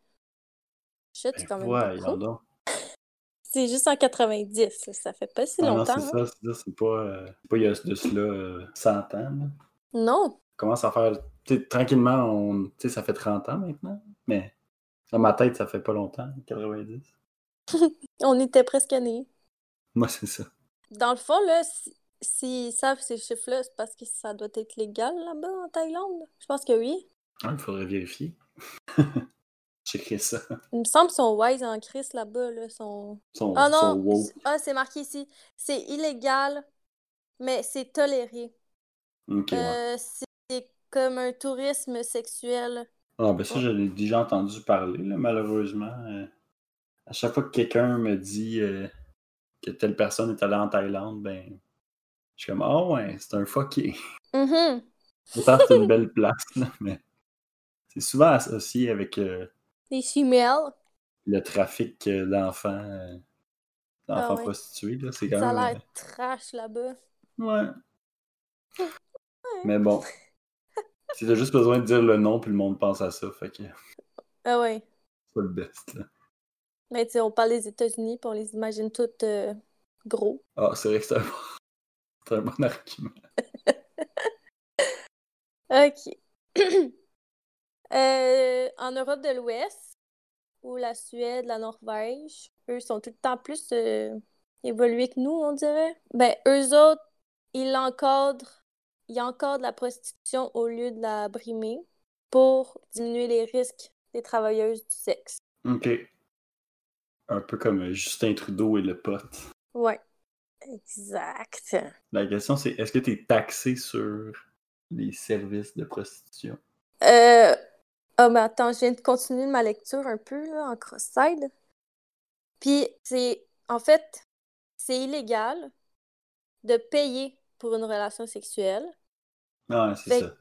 [SPEAKER 3] Chut, c'est quand même
[SPEAKER 2] Voyons
[SPEAKER 3] beaucoup.
[SPEAKER 2] donc.
[SPEAKER 3] C'est juste en 90, ça, ça fait pas si
[SPEAKER 2] Ah non,
[SPEAKER 3] longtemps.
[SPEAKER 2] c'est ça,
[SPEAKER 3] hein.
[SPEAKER 2] c'est ça, c'est pas, euh, c'est pas il y a de cela euh, 100 ans. là.
[SPEAKER 3] Non,
[SPEAKER 2] commence à faire. tu sais, Tranquillement, on, tu sais, ça fait 30 ans maintenant, mais dans ma tête, ça fait pas longtemps, 90.
[SPEAKER 3] on était presque nés.
[SPEAKER 2] Moi, c'est ça.
[SPEAKER 3] Dans le fond, là, si- s'ils savent ces chiffres-là, c'est parce que ça doit être légal là-bas en Thaïlande. Je pense que oui.
[SPEAKER 2] Ah, Il faudrait vérifier. J'écris ça.
[SPEAKER 3] Il me semble qu'ils sont wise en crise là-bas. Là, sont...
[SPEAKER 2] Son,
[SPEAKER 3] Ah
[SPEAKER 2] son
[SPEAKER 3] non!
[SPEAKER 2] woke.
[SPEAKER 3] Ah, c'est marqué ici. C'est illégal, mais c'est toléré.
[SPEAKER 2] Ok, ouais.
[SPEAKER 3] Euh, c'est comme un tourisme sexuel.
[SPEAKER 2] Ah, ben ça, je l'ai déjà entendu parler, là, malheureusement. Euh, à chaque fois que quelqu'un me dit euh, que telle personne est allée en Thaïlande, ben, je suis comme, ah ouais, c'est un fucké.
[SPEAKER 3] Mhm.
[SPEAKER 2] Pourtant, c'est une belle place, là, mais c'est souvent associé avec euh,
[SPEAKER 3] Les chimelles.
[SPEAKER 2] le trafic euh, d'enfants euh, d'enfants
[SPEAKER 3] Ah ouais.
[SPEAKER 2] prostitués. là, C'est quand
[SPEAKER 3] Ça a
[SPEAKER 2] même. euh,
[SPEAKER 3] l'air trash là-bas.
[SPEAKER 2] Ouais. Mais bon. Si t'as juste besoin de dire le nom, puis le monde pense à ça. Fait que c'est
[SPEAKER 3] Ah ouais.
[SPEAKER 2] pas le best. là.
[SPEAKER 3] Mais tu sais, on parle des États-Unis, puis on les imagine toutes euh, gros.
[SPEAKER 2] Ah, c'est vrai que c'est un, bon... c'est un bon argument.
[SPEAKER 3] Ok. Euh, en Europe de l'Ouest, ou la Suède, la Norvège, eux sont tout le temps plus euh, évolués que nous, on dirait. Ben, eux autres, ils encadrent, ils encadrent la prostitution au lieu de la brimer pour diminuer les risques des travailleuses du sexe.
[SPEAKER 2] Ok. Un peu comme euh, Justin Trudeau et le pote.
[SPEAKER 3] Ouais. Exact.
[SPEAKER 2] La question, c'est est-ce que t'es taxé sur les services de prostitution?
[SPEAKER 3] Euh... Ah, mais attends, je viens de continuer ma lecture un peu, là, en cross-side. Puis, c'est... En fait, c'est illégal de payer pour une relation sexuelle.
[SPEAKER 2] Ah, c'est
[SPEAKER 3] Fait
[SPEAKER 2] ça.
[SPEAKER 3] que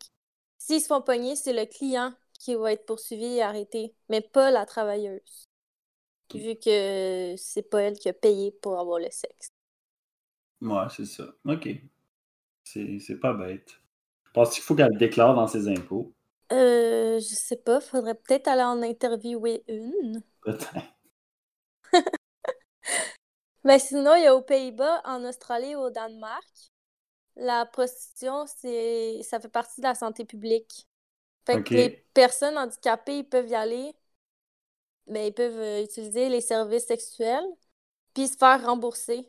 [SPEAKER 3] s'ils se font pogner, c'est le client qui va être poursuivi et arrêté, mais pas la travailleuse.
[SPEAKER 2] Ok.
[SPEAKER 3] Vu que c'est pas elle qui a payé pour avoir le sexe.
[SPEAKER 2] Ouais, c'est ça. Ok. C'est c'est pas bête. Parce qu'il faut qu'elle déclare dans ses impôts.
[SPEAKER 3] Euh, je sais pas, faudrait peut-être aller en interviewer une.
[SPEAKER 2] Peut-être.
[SPEAKER 3] Ben, sinon, il y a aux Pays-Bas, en Australie et au Danemark, la prostitution, c'est ça fait partie de la santé publique. Fait
[SPEAKER 2] Ok.
[SPEAKER 3] que les personnes handicapées, ils peuvent y aller, mais ils peuvent euh, utiliser les services sexuels, puis se faire rembourser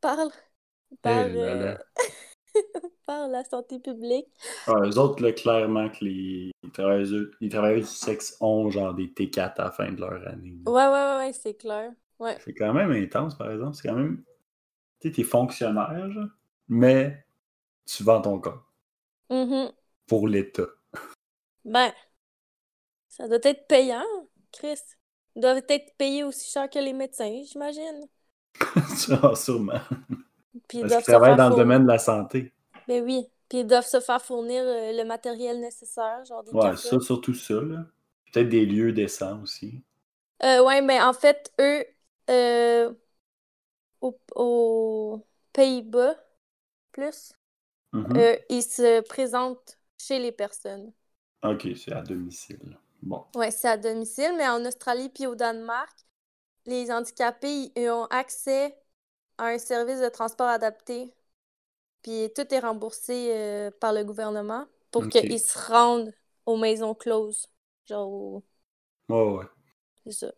[SPEAKER 3] par, par,
[SPEAKER 2] Eh là
[SPEAKER 3] euh,
[SPEAKER 2] là.
[SPEAKER 3] par la santé publique.
[SPEAKER 2] Ah, eux autres, là, clairement, que les, les travailleurs, les travailleurs du sexe ont genre des T4 à la fin de leur année.
[SPEAKER 3] Ouais, ouais, ouais, ouais, c'est clair. Ouais.
[SPEAKER 2] C'est quand même intense, par exemple. C'est quand même. Tu sais, t'es fonctionnaire, genre, mais tu vends ton corps
[SPEAKER 3] Mhm.
[SPEAKER 2] pour l'État.
[SPEAKER 3] Ben, ça doit être payant, Chris. Ils doivent être payés aussi cher que les médecins, j'imagine.
[SPEAKER 2] Ah, Sûrement.
[SPEAKER 3] Puis ils
[SPEAKER 2] Parce qu'ils
[SPEAKER 3] doivent se faire
[SPEAKER 2] travaillent dans le
[SPEAKER 3] fournir-
[SPEAKER 2] domaine de la santé.
[SPEAKER 3] Ben oui. Puis ils doivent se faire fournir euh, le matériel nécessaire, genre des
[SPEAKER 2] Ouais, ça,
[SPEAKER 3] cassettes.
[SPEAKER 2] surtout ça, là. Peut-être des lieux décents aussi.
[SPEAKER 3] Euh, ouais, mais en fait, eux, euh, au- aux Pays-Bas, plus,
[SPEAKER 2] Mhm.
[SPEAKER 3] euh, ils se présentent chez les personnes.
[SPEAKER 2] Ok, c'est à domicile. Bon.
[SPEAKER 3] Ouais, c'est à domicile, mais en Australie puis au Danemark, les handicapés, ils ont accès à un service de transport adapté. Puis tout est remboursé euh, par le gouvernement pour
[SPEAKER 2] Ok.
[SPEAKER 3] qu'ils se rendent aux maisons closes. Genre, au-
[SPEAKER 2] Ouais, ouais.
[SPEAKER 3] c'est ça.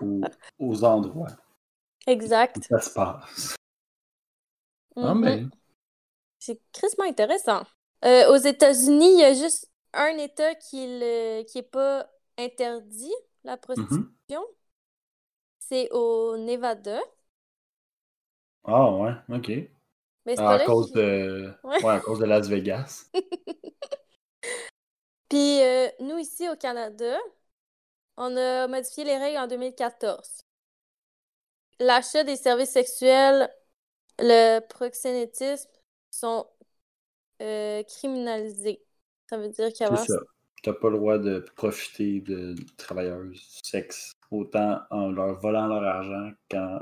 [SPEAKER 2] Aux, aux endroits où
[SPEAKER 3] Exact.
[SPEAKER 2] ça se passe. Ah,
[SPEAKER 3] Mhm.
[SPEAKER 2] mais.
[SPEAKER 3] C'est crissement intéressant. Euh, aux États-Unis, il y a juste un État qui n'est qui est pas interdit, la prostitution.
[SPEAKER 2] Mhm.
[SPEAKER 3] C'est au Nevada.
[SPEAKER 2] Ah, ouais, ok.
[SPEAKER 3] Mais c'est
[SPEAKER 2] Ah,
[SPEAKER 3] pas
[SPEAKER 2] à
[SPEAKER 3] là
[SPEAKER 2] cause
[SPEAKER 3] qu'il-
[SPEAKER 2] de.
[SPEAKER 3] Ouais.
[SPEAKER 2] Ouais, à cause de Las Vegas.
[SPEAKER 3] Puis euh, nous, ici au Canada, on a modifié les règles en 2014. L'achat des services sexuels, le proxénétisme sont euh, criminalisés. Ça veut dire
[SPEAKER 2] C'est
[SPEAKER 3] qu'avant,
[SPEAKER 2] ça. T'as pas le droit de profiter de travailleurs du sexe autant en leur volant leur argent qu'en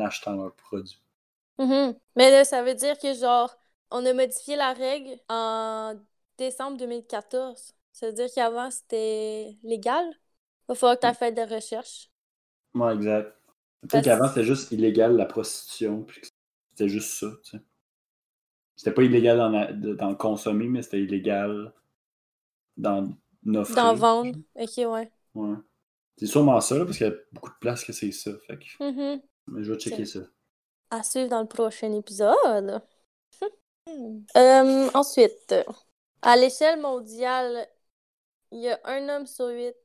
[SPEAKER 2] achetant leurs produits.
[SPEAKER 3] Mhm. Mais là, ça veut dire que, genre, on a modifié la règle en décembre 2014. Ça veut dire qu'avant, c'était légal. Va falloir que
[SPEAKER 2] Mm.
[SPEAKER 3] tu fait des recherches.
[SPEAKER 2] Ouais, exact. Peut-être
[SPEAKER 3] Parce-
[SPEAKER 2] qu'avant, c'était juste illégal la prostitution, puis que c'était juste ça, tu sais. C'était pas illégal d'en a- de- d'en consommer, mais c'était illégal d'en offrir.
[SPEAKER 3] D'en vendre. Ok, ouais.
[SPEAKER 2] Ouais. C'est sûrement ça, là, parce qu'il y a beaucoup de places que c'est ça. Fait que-
[SPEAKER 3] Mhm.
[SPEAKER 2] Mais je vais checker ça.
[SPEAKER 3] À suivre dans le prochain épisode. Euh, ensuite, à l'échelle mondiale, il y a un homme sur huit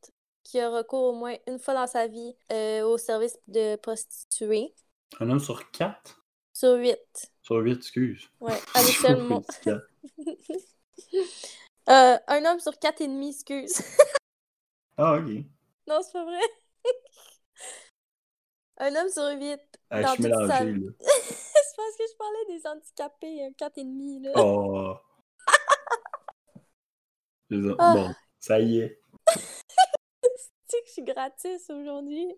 [SPEAKER 3] qui a recours au moins une fois dans sa vie euh, au service de prostituées.
[SPEAKER 2] Un homme sur quatre?
[SPEAKER 3] Sur huit.
[SPEAKER 2] Sur huit, excuse.
[SPEAKER 3] Ouais, à l'échelle mondiale.
[SPEAKER 2] Sur quatre.
[SPEAKER 3] Euh, un homme sur quatre et demi, excuse.
[SPEAKER 2] Ah, ok.
[SPEAKER 3] non, c'est pas vrai. un homme sur huit.
[SPEAKER 2] Ah, je
[SPEAKER 3] dans
[SPEAKER 2] suis
[SPEAKER 3] toute sa-
[SPEAKER 2] mélangé, là.
[SPEAKER 3] c'est parce que je parlais des handicapés, un quatre et demi, là.
[SPEAKER 2] Oh. Les autres-
[SPEAKER 3] Ah.
[SPEAKER 2] Bon, ça y est.
[SPEAKER 3] Tu sais que je suis gratis aujourd'hui.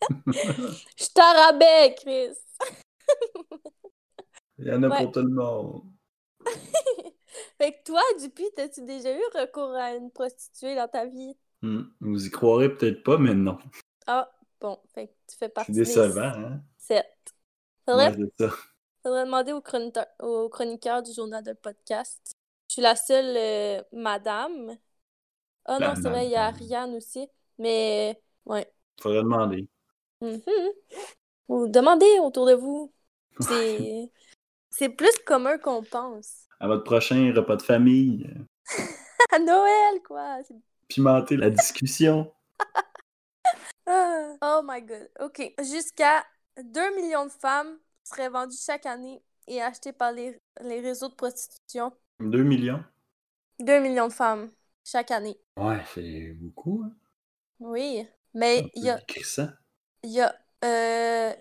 [SPEAKER 3] je suis à rabais, Chris.
[SPEAKER 2] Il y en a
[SPEAKER 3] Ouais.
[SPEAKER 2] pour tout le monde.
[SPEAKER 3] Fait que toi, Dupuis, t'as-tu déjà eu recours à une prostituée dans ta vie?
[SPEAKER 2] Hmm, Vous y croirez peut-être pas, mais non.
[SPEAKER 3] Ah, bon, fait que tu fais
[SPEAKER 2] C'est
[SPEAKER 3] partie
[SPEAKER 2] décevant, hein?
[SPEAKER 3] Sept. Faudrait,
[SPEAKER 2] Ouais, c'est ça.
[SPEAKER 3] faudrait demander au chroniqueur, au chroniqueur du journal de podcast. Je suis la seule euh, madame. Ah
[SPEAKER 2] La
[SPEAKER 3] non, c'est vrai, il y a
[SPEAKER 2] Ben, madame.
[SPEAKER 3] Ariane aussi. Mais, ouais.
[SPEAKER 2] Faudrait demander.
[SPEAKER 3] Mhm. Vous demandez autour de vous. C'est c'est plus commun qu'on pense.
[SPEAKER 2] À votre prochain repas de famille, euh,
[SPEAKER 3] À Noël, quoi! C'est-
[SPEAKER 2] pimenter la discussion.
[SPEAKER 3] Ah. Oh my god. OK. Jusqu'à 2 millions de femmes seraient vendues chaque année et achetées par les, les réseaux de prostitution.
[SPEAKER 2] 2 millions?
[SPEAKER 3] 2 millions de femmes chaque année.
[SPEAKER 2] Ouais, c'est beaucoup, hein?
[SPEAKER 3] Oui. Mais il y a,
[SPEAKER 2] Crissant.
[SPEAKER 3] il y, a, euh,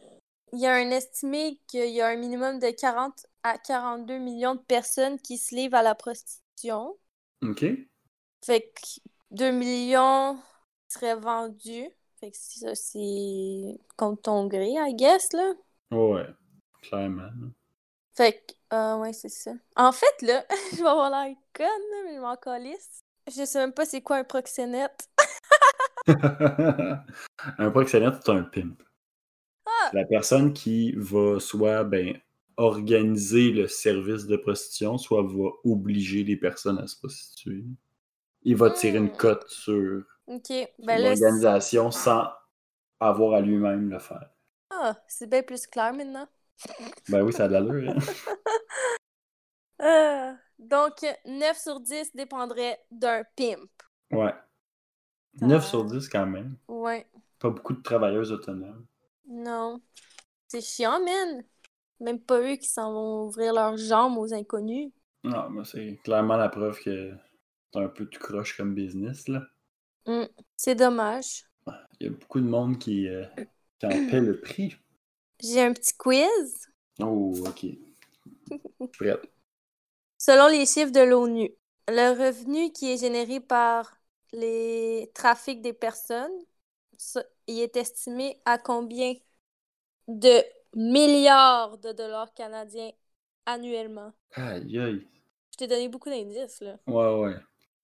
[SPEAKER 3] il y a un estimé qu'il y a un minimum de 40 à 42 millions de personnes qui se livrent à la prostitution.
[SPEAKER 2] OK.
[SPEAKER 3] Fait que 2 millions seraient vendus. Fait que ça, c'est compte ton gré, I guess, là.
[SPEAKER 2] Ouais, clairement.
[SPEAKER 3] Fait que, ah ouais, c'est ça. En fait, là, je vais avoir l'air conne, là, mais je m'en calisse. Je sais même pas c'est quoi un proxénète.
[SPEAKER 2] un proxénète, c'est un pimp.
[SPEAKER 3] Ah!
[SPEAKER 2] la personne qui va soit ben, organiser le service de prostitution, soit va obliger les personnes à se prostituer. Il va tirer une
[SPEAKER 3] Hmm.
[SPEAKER 2] cote sur
[SPEAKER 3] OK. Ben là, c'est-
[SPEAKER 2] l'organisation sans avoir à lui-même le faire.
[SPEAKER 3] ah, c'est bien plus clair maintenant.
[SPEAKER 2] Ben oui, ça a de l'allure. hein.
[SPEAKER 3] Ah. donc, 9 sur 10 dépendrait d'un pimp.
[SPEAKER 2] Ouais. 9 sur 10 quand même.
[SPEAKER 3] Ouais.
[SPEAKER 2] Pas beaucoup de travailleuses autonomes.
[SPEAKER 3] Non. C'est chiant, man. Même pas eux qui s'en vont ouvrir leurs jambes aux inconnus.
[SPEAKER 2] Non, mais c'est clairement la preuve que c'est un peu tout croche comme business, là.
[SPEAKER 3] C'est dommage.
[SPEAKER 2] Il y a beaucoup de monde qui, euh, qui en paie le prix.
[SPEAKER 3] J'ai un petit quiz.
[SPEAKER 2] Oh, ok. Je suis prête.
[SPEAKER 3] Selon les chiffres de l'ONU, le revenu qui est généré par les trafics des personnes, ça, il est estimé à combien de milliards de dollars canadiens annuellement?
[SPEAKER 2] Aïe, aïe.
[SPEAKER 3] Je t'ai donné beaucoup d'indices, là.
[SPEAKER 2] Ouais, ouais.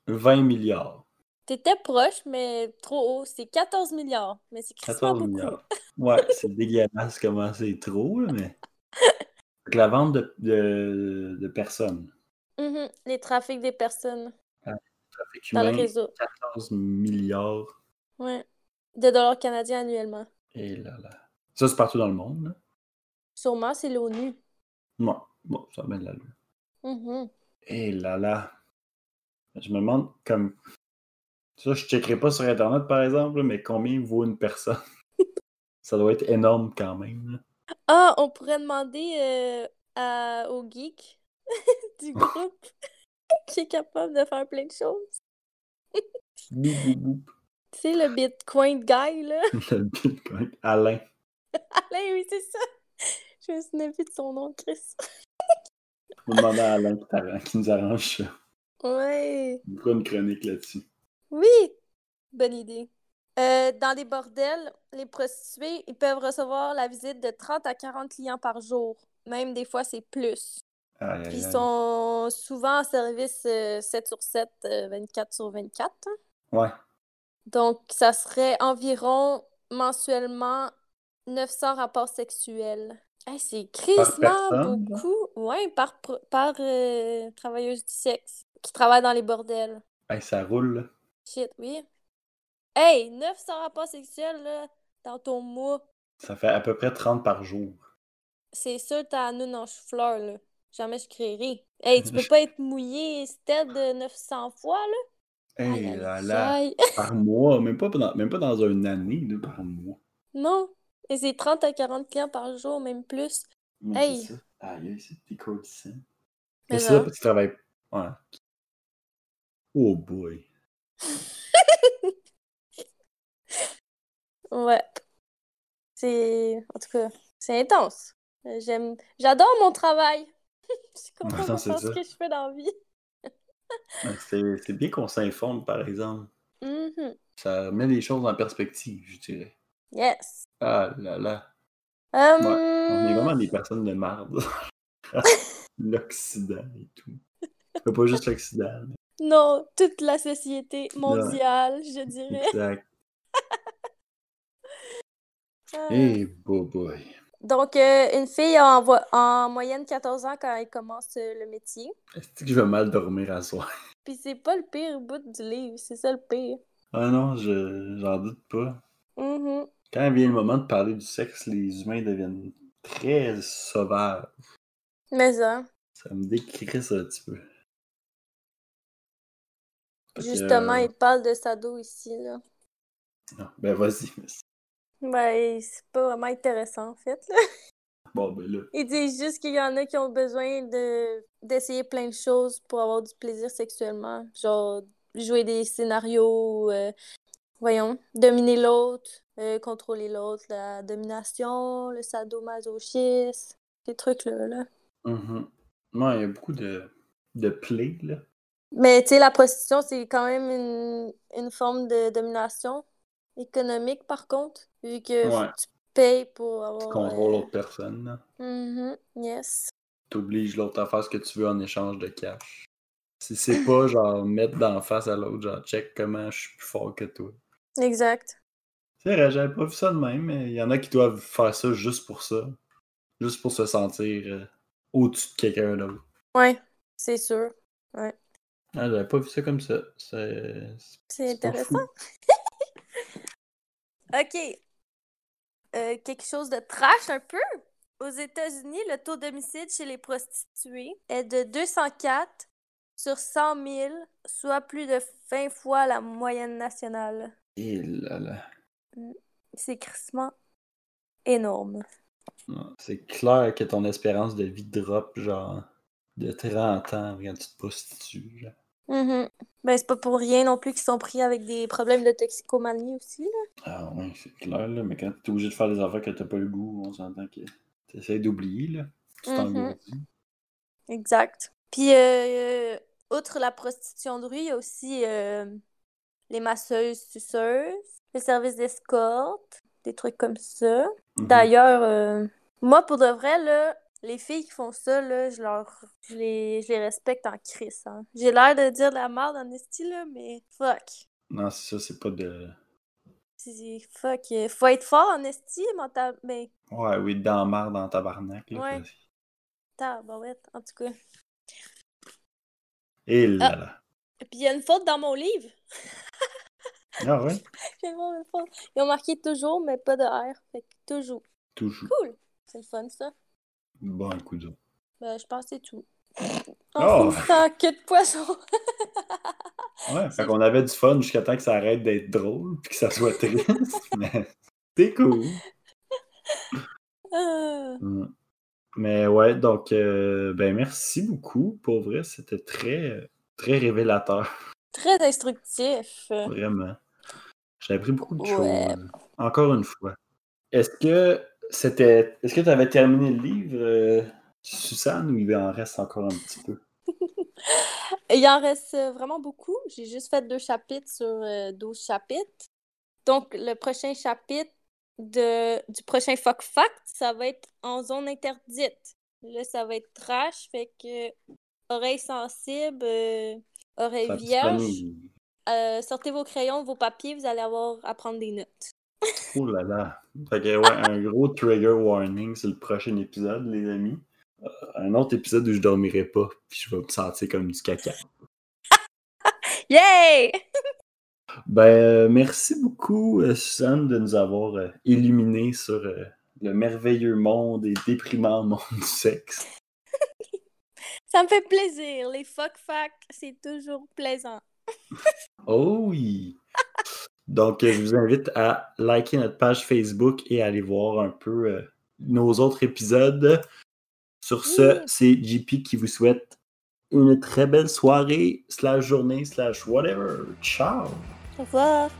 [SPEAKER 2] 20 milliards.
[SPEAKER 3] T'étais proche, mais trop haut. C'est 14 milliards, mais c'est crissement
[SPEAKER 2] 14
[SPEAKER 3] beaucoup.
[SPEAKER 2] milliards. Ouais, c'est dégueulasse comment c'est trop, là, mais. Fait que la vente de, de, de personnes.
[SPEAKER 3] Mhm, les trafics des personnes
[SPEAKER 2] Trafic
[SPEAKER 3] dans le
[SPEAKER 2] humain,
[SPEAKER 3] réseau.
[SPEAKER 2] 14 milliards.
[SPEAKER 3] Ouais. De dollars canadiens annuellement.
[SPEAKER 2] Et là, là. Ça, c'est partout dans le monde, là.
[SPEAKER 3] Sûrement, c'est l'ONU.
[SPEAKER 2] Non. Bon, ça met de l'allure.
[SPEAKER 3] Mhm.
[SPEAKER 2] Eh là là. Je me demande comme. Ça, je checkerai pas sur Internet, par exemple, là, mais combien vaut une personne? ça doit être énorme quand même. là.
[SPEAKER 3] Ah, on pourrait demander euh, à- au geek du groupe qui est capable de faire plein de choses.
[SPEAKER 2] Boup, boup, boup.
[SPEAKER 3] Tu sais, le Bitcoin guy, là.
[SPEAKER 2] Le Bitcoin. Alain.
[SPEAKER 3] Alain, oui, c'est ça. Je me souviens plus de son nom, Chris.
[SPEAKER 2] Je vais demander à Alain qui, t'arrange- qui nous arrange ça.
[SPEAKER 3] Ouais.
[SPEAKER 2] On fera une chronique là-dessus.
[SPEAKER 3] Oui! Bonne idée. Euh, dans des bordels, les prostituées, ils peuvent recevoir la visite de 30 à 40 clients par jour. Même des fois, c'est plus.
[SPEAKER 2] Aïe,
[SPEAKER 3] Puis
[SPEAKER 2] aïe,
[SPEAKER 3] ils
[SPEAKER 2] aïe.
[SPEAKER 3] sont souvent en service euh, 7 sur 7, euh, 24 sur 24. hein.
[SPEAKER 2] Ouais.
[SPEAKER 3] Donc, ça serait environ mensuellement 900 rapports sexuels. Hey, c'est crissement
[SPEAKER 2] personne,
[SPEAKER 3] beaucoup. Ouais, par, pro- par euh, travailleuse du sexe qui travaille dans les bordels.
[SPEAKER 2] Hey, ça roule, là.
[SPEAKER 3] Shit, oui. Hey, 900 rapports sexuels là, dans ton mois.
[SPEAKER 2] Ça fait à peu près 30 par jour.
[SPEAKER 3] C'est sûr, t'as un noun en fleur, là. Jamais je crierai. Hey, tu peux pas être mouillé, c'était de 900 fois, là.
[SPEAKER 2] Eh
[SPEAKER 3] Aïe,
[SPEAKER 2] là
[SPEAKER 3] aïe,
[SPEAKER 2] là.
[SPEAKER 3] aïe.
[SPEAKER 2] Par mois. Même pas, dans, même pas dans une année, là, par mois.
[SPEAKER 3] Non. Et c'est 30 à 40 clients par jour, même plus.
[SPEAKER 2] Ouais,
[SPEAKER 3] Hey.
[SPEAKER 2] c'est ça. Aïe, aïe, c'est décollissant.
[SPEAKER 3] Mais
[SPEAKER 2] Mais ça,
[SPEAKER 3] non.
[SPEAKER 2] tu travailles. Ouais. Oh boy.
[SPEAKER 3] Ouais. C'est. En tout cas, c'est intense. Euh, J'aime. J'adore mon travail. Je suis contente
[SPEAKER 2] Attends,
[SPEAKER 3] de
[SPEAKER 2] c'est
[SPEAKER 3] faire
[SPEAKER 2] Bah, ça.
[SPEAKER 3] ce que je fais dans la vie.
[SPEAKER 2] Ouais, C'est c'est bien qu'on s'informe, par exemple.
[SPEAKER 3] Mhm.
[SPEAKER 2] Ça met les choses en perspective, je dirais.
[SPEAKER 3] Yes.
[SPEAKER 2] Ah là là.
[SPEAKER 3] Hum,
[SPEAKER 2] On est vraiment des personnes de marde. L'Occident et tout. Enfin, Pas juste l'Occident. mais-
[SPEAKER 3] Non, toute la société mondiale, je dirais.
[SPEAKER 2] Exact.
[SPEAKER 3] Ah.
[SPEAKER 2] Eh, bo boy.
[SPEAKER 3] Donc, euh, une fille a en, vo- en moyenne 14 ans quand elle commence euh, le métier.
[SPEAKER 2] Est-ce que je vais mal dormir à soir?
[SPEAKER 3] Puis c'est pas le pire bout du livre, c'est ça le pire.
[SPEAKER 2] Ah non, je j'en doute pas.
[SPEAKER 3] Mhm.
[SPEAKER 2] Quand vient le moment de parler du sexe, les humains deviennent très sauvages.
[SPEAKER 3] Mais ça,
[SPEAKER 2] Ça me décrit ça un petit peu. Fait que,
[SPEAKER 3] justement,
[SPEAKER 2] euh,
[SPEAKER 3] il parle de Sado ici, là.
[SPEAKER 2] non, ben vas-y. mais-
[SPEAKER 3] Ben, c'est pas vraiment intéressant, en fait.
[SPEAKER 2] Bon, ben là.
[SPEAKER 3] Ils disent juste qu'il y en a qui ont besoin de d'essayer plein de choses pour avoir du plaisir sexuellement. Genre jouer des scénarios, euh, voyons, dominer l'autre, euh, contrôler l'autre, la domination, le sadomasochisme, ces trucs-là. là.
[SPEAKER 2] Mhm. Ouais, il y a beaucoup de, de play, là.
[SPEAKER 3] Mais tu sais, la prostitution, c'est quand même une, une forme de domination économique, par contre, vu que
[SPEAKER 2] Ouais.
[SPEAKER 3] tu payes pour
[SPEAKER 2] Tu
[SPEAKER 3] avoir.
[SPEAKER 2] contrôles
[SPEAKER 3] euh,
[SPEAKER 2] l'autre personne, là.
[SPEAKER 3] mhm, yes.
[SPEAKER 2] T'obliges l'autre à faire ce que tu veux en échange de cash. Si c'est pas genre mettre d'en face à l'autre, genre check comment je suis plus fort que toi.
[SPEAKER 3] Exact.
[SPEAKER 2] C'est vrai, j'avais pas vu ça de même, mais il y en a qui doivent faire ça juste pour ça. Juste pour se sentir euh, au-dessus de quelqu'un d'autre.
[SPEAKER 3] Ouais, c'est sûr.
[SPEAKER 2] Ah, j'avais pas vu ça comme ça. C'est
[SPEAKER 3] C'est
[SPEAKER 2] pas
[SPEAKER 3] intéressant. OK. Euh, quelque chose de trash un peu. Aux États-Unis, le taux d'homicide chez les prostituées est de 204 sur 100 000, soit plus de 20 fois la moyenne nationale.
[SPEAKER 2] Et Eh là, là.
[SPEAKER 3] C'est crissement énorme.
[SPEAKER 2] Non, C'est clair que ton espérance de vie drop, genre, de 30 ans quand tu te prostitues. genre.
[SPEAKER 3] Mhm. Ben, c'est pas pour rien non plus qu'ils sont pris avec des problèmes de toxicomanie aussi. là.
[SPEAKER 2] Ah ouais, c'est clair, là, mais quand t'es obligé de faire des affaires que t'as pas le goût, on s'entend que t'essayes d'oublier, là. Tu
[SPEAKER 3] Mhm.
[SPEAKER 2] t'engourdis.
[SPEAKER 3] Exact. Puis, euh, outre la prostitution de rue, il y a aussi euh, les masseuses, suceuses, le service d'escorte, des trucs comme ça.
[SPEAKER 2] Mhm.
[SPEAKER 3] D'ailleurs, euh, moi, pour de vrai, là, les filles qui font ça, là, je, leur, je, les, je les respecte en crise. hein. J'ai l'air de dire de la merde en esti, là, mais fuck.
[SPEAKER 2] Mhm. Non, c'est ça, c'est pas de.
[SPEAKER 3] C'est- Fuck. euh, Faut être fort en esti, mental. ben, Mais,
[SPEAKER 2] Ouais, oui, dans marre dans tabarnak, là.
[SPEAKER 3] Ouais.
[SPEAKER 2] parce-
[SPEAKER 3] tabarouette, ben en tout cas.
[SPEAKER 2] Et Eh là,
[SPEAKER 3] Ah.
[SPEAKER 2] là.
[SPEAKER 3] Puis, il y a une faute dans mon livre.
[SPEAKER 2] Ah ouais,
[SPEAKER 3] J'ai vraiment une faute. Ils ont marqué toujours, mais pas de R. Fait que toujours.
[SPEAKER 2] toujours.
[SPEAKER 3] Cool! C'est le fun, ça.
[SPEAKER 2] Bon coup d'eau.
[SPEAKER 3] Ben, je pense que c'est tout.
[SPEAKER 2] Oh.
[SPEAKER 3] En finissant en queue de poisson.
[SPEAKER 2] Ouais, fait qu'on avait du fun jusqu'à temps que ça arrête d'être drôle puis que ça soit triste. mais c'est cool.
[SPEAKER 3] Euh,
[SPEAKER 2] Mm. Mais ouais, donc, euh, ben merci beaucoup. Pour vrai, c'était très, très révélateur,
[SPEAKER 3] très instructif.
[SPEAKER 2] vraiment. J'ai appris beaucoup de
[SPEAKER 3] Ouais.
[SPEAKER 2] choses. Encore une fois. Est-ce que c'était. Est-ce que tu avais terminé le livre, euh, Suzanne, ou il en reste encore un petit peu?
[SPEAKER 3] Et il en reste euh, vraiment beaucoup. J'ai juste fait deux chapitres sur euh, 12 chapitres. Donc, le prochain chapitre de, du prochain Fuck Fact, ça va être en zone interdite. Là, ça va être trash. Fait que euh, oreilles sensibles, euh,
[SPEAKER 2] Ça
[SPEAKER 3] oreilles
[SPEAKER 2] a
[SPEAKER 3] vierges.
[SPEAKER 2] disponible.
[SPEAKER 3] Euh, sortez vos crayons, vos papiers, vous allez avoir à prendre des notes.
[SPEAKER 2] Oh là là. Fait que, ouais, un gros trigger warning sur le prochain épisode, les amis. Euh, un autre épisode où je dormirai pas, puis je vais me sentir comme du caca.
[SPEAKER 3] Yay!
[SPEAKER 2] Ben, euh, merci beaucoup, euh, Suzanne, de nous avoir euh, illuminés sur euh, le merveilleux monde et déprimant monde du sexe.
[SPEAKER 3] Ça me fait plaisir. Les fuck facts, c'est toujours plaisant.
[SPEAKER 2] Oh oui! Donc, euh, je vous invite à liker notre page Facebook et à aller voir un peu euh, nos autres épisodes. Sur ce, c'est JP qui vous souhaite une très belle soirée, slash journée, slash whatever. Ciao!
[SPEAKER 3] Au revoir.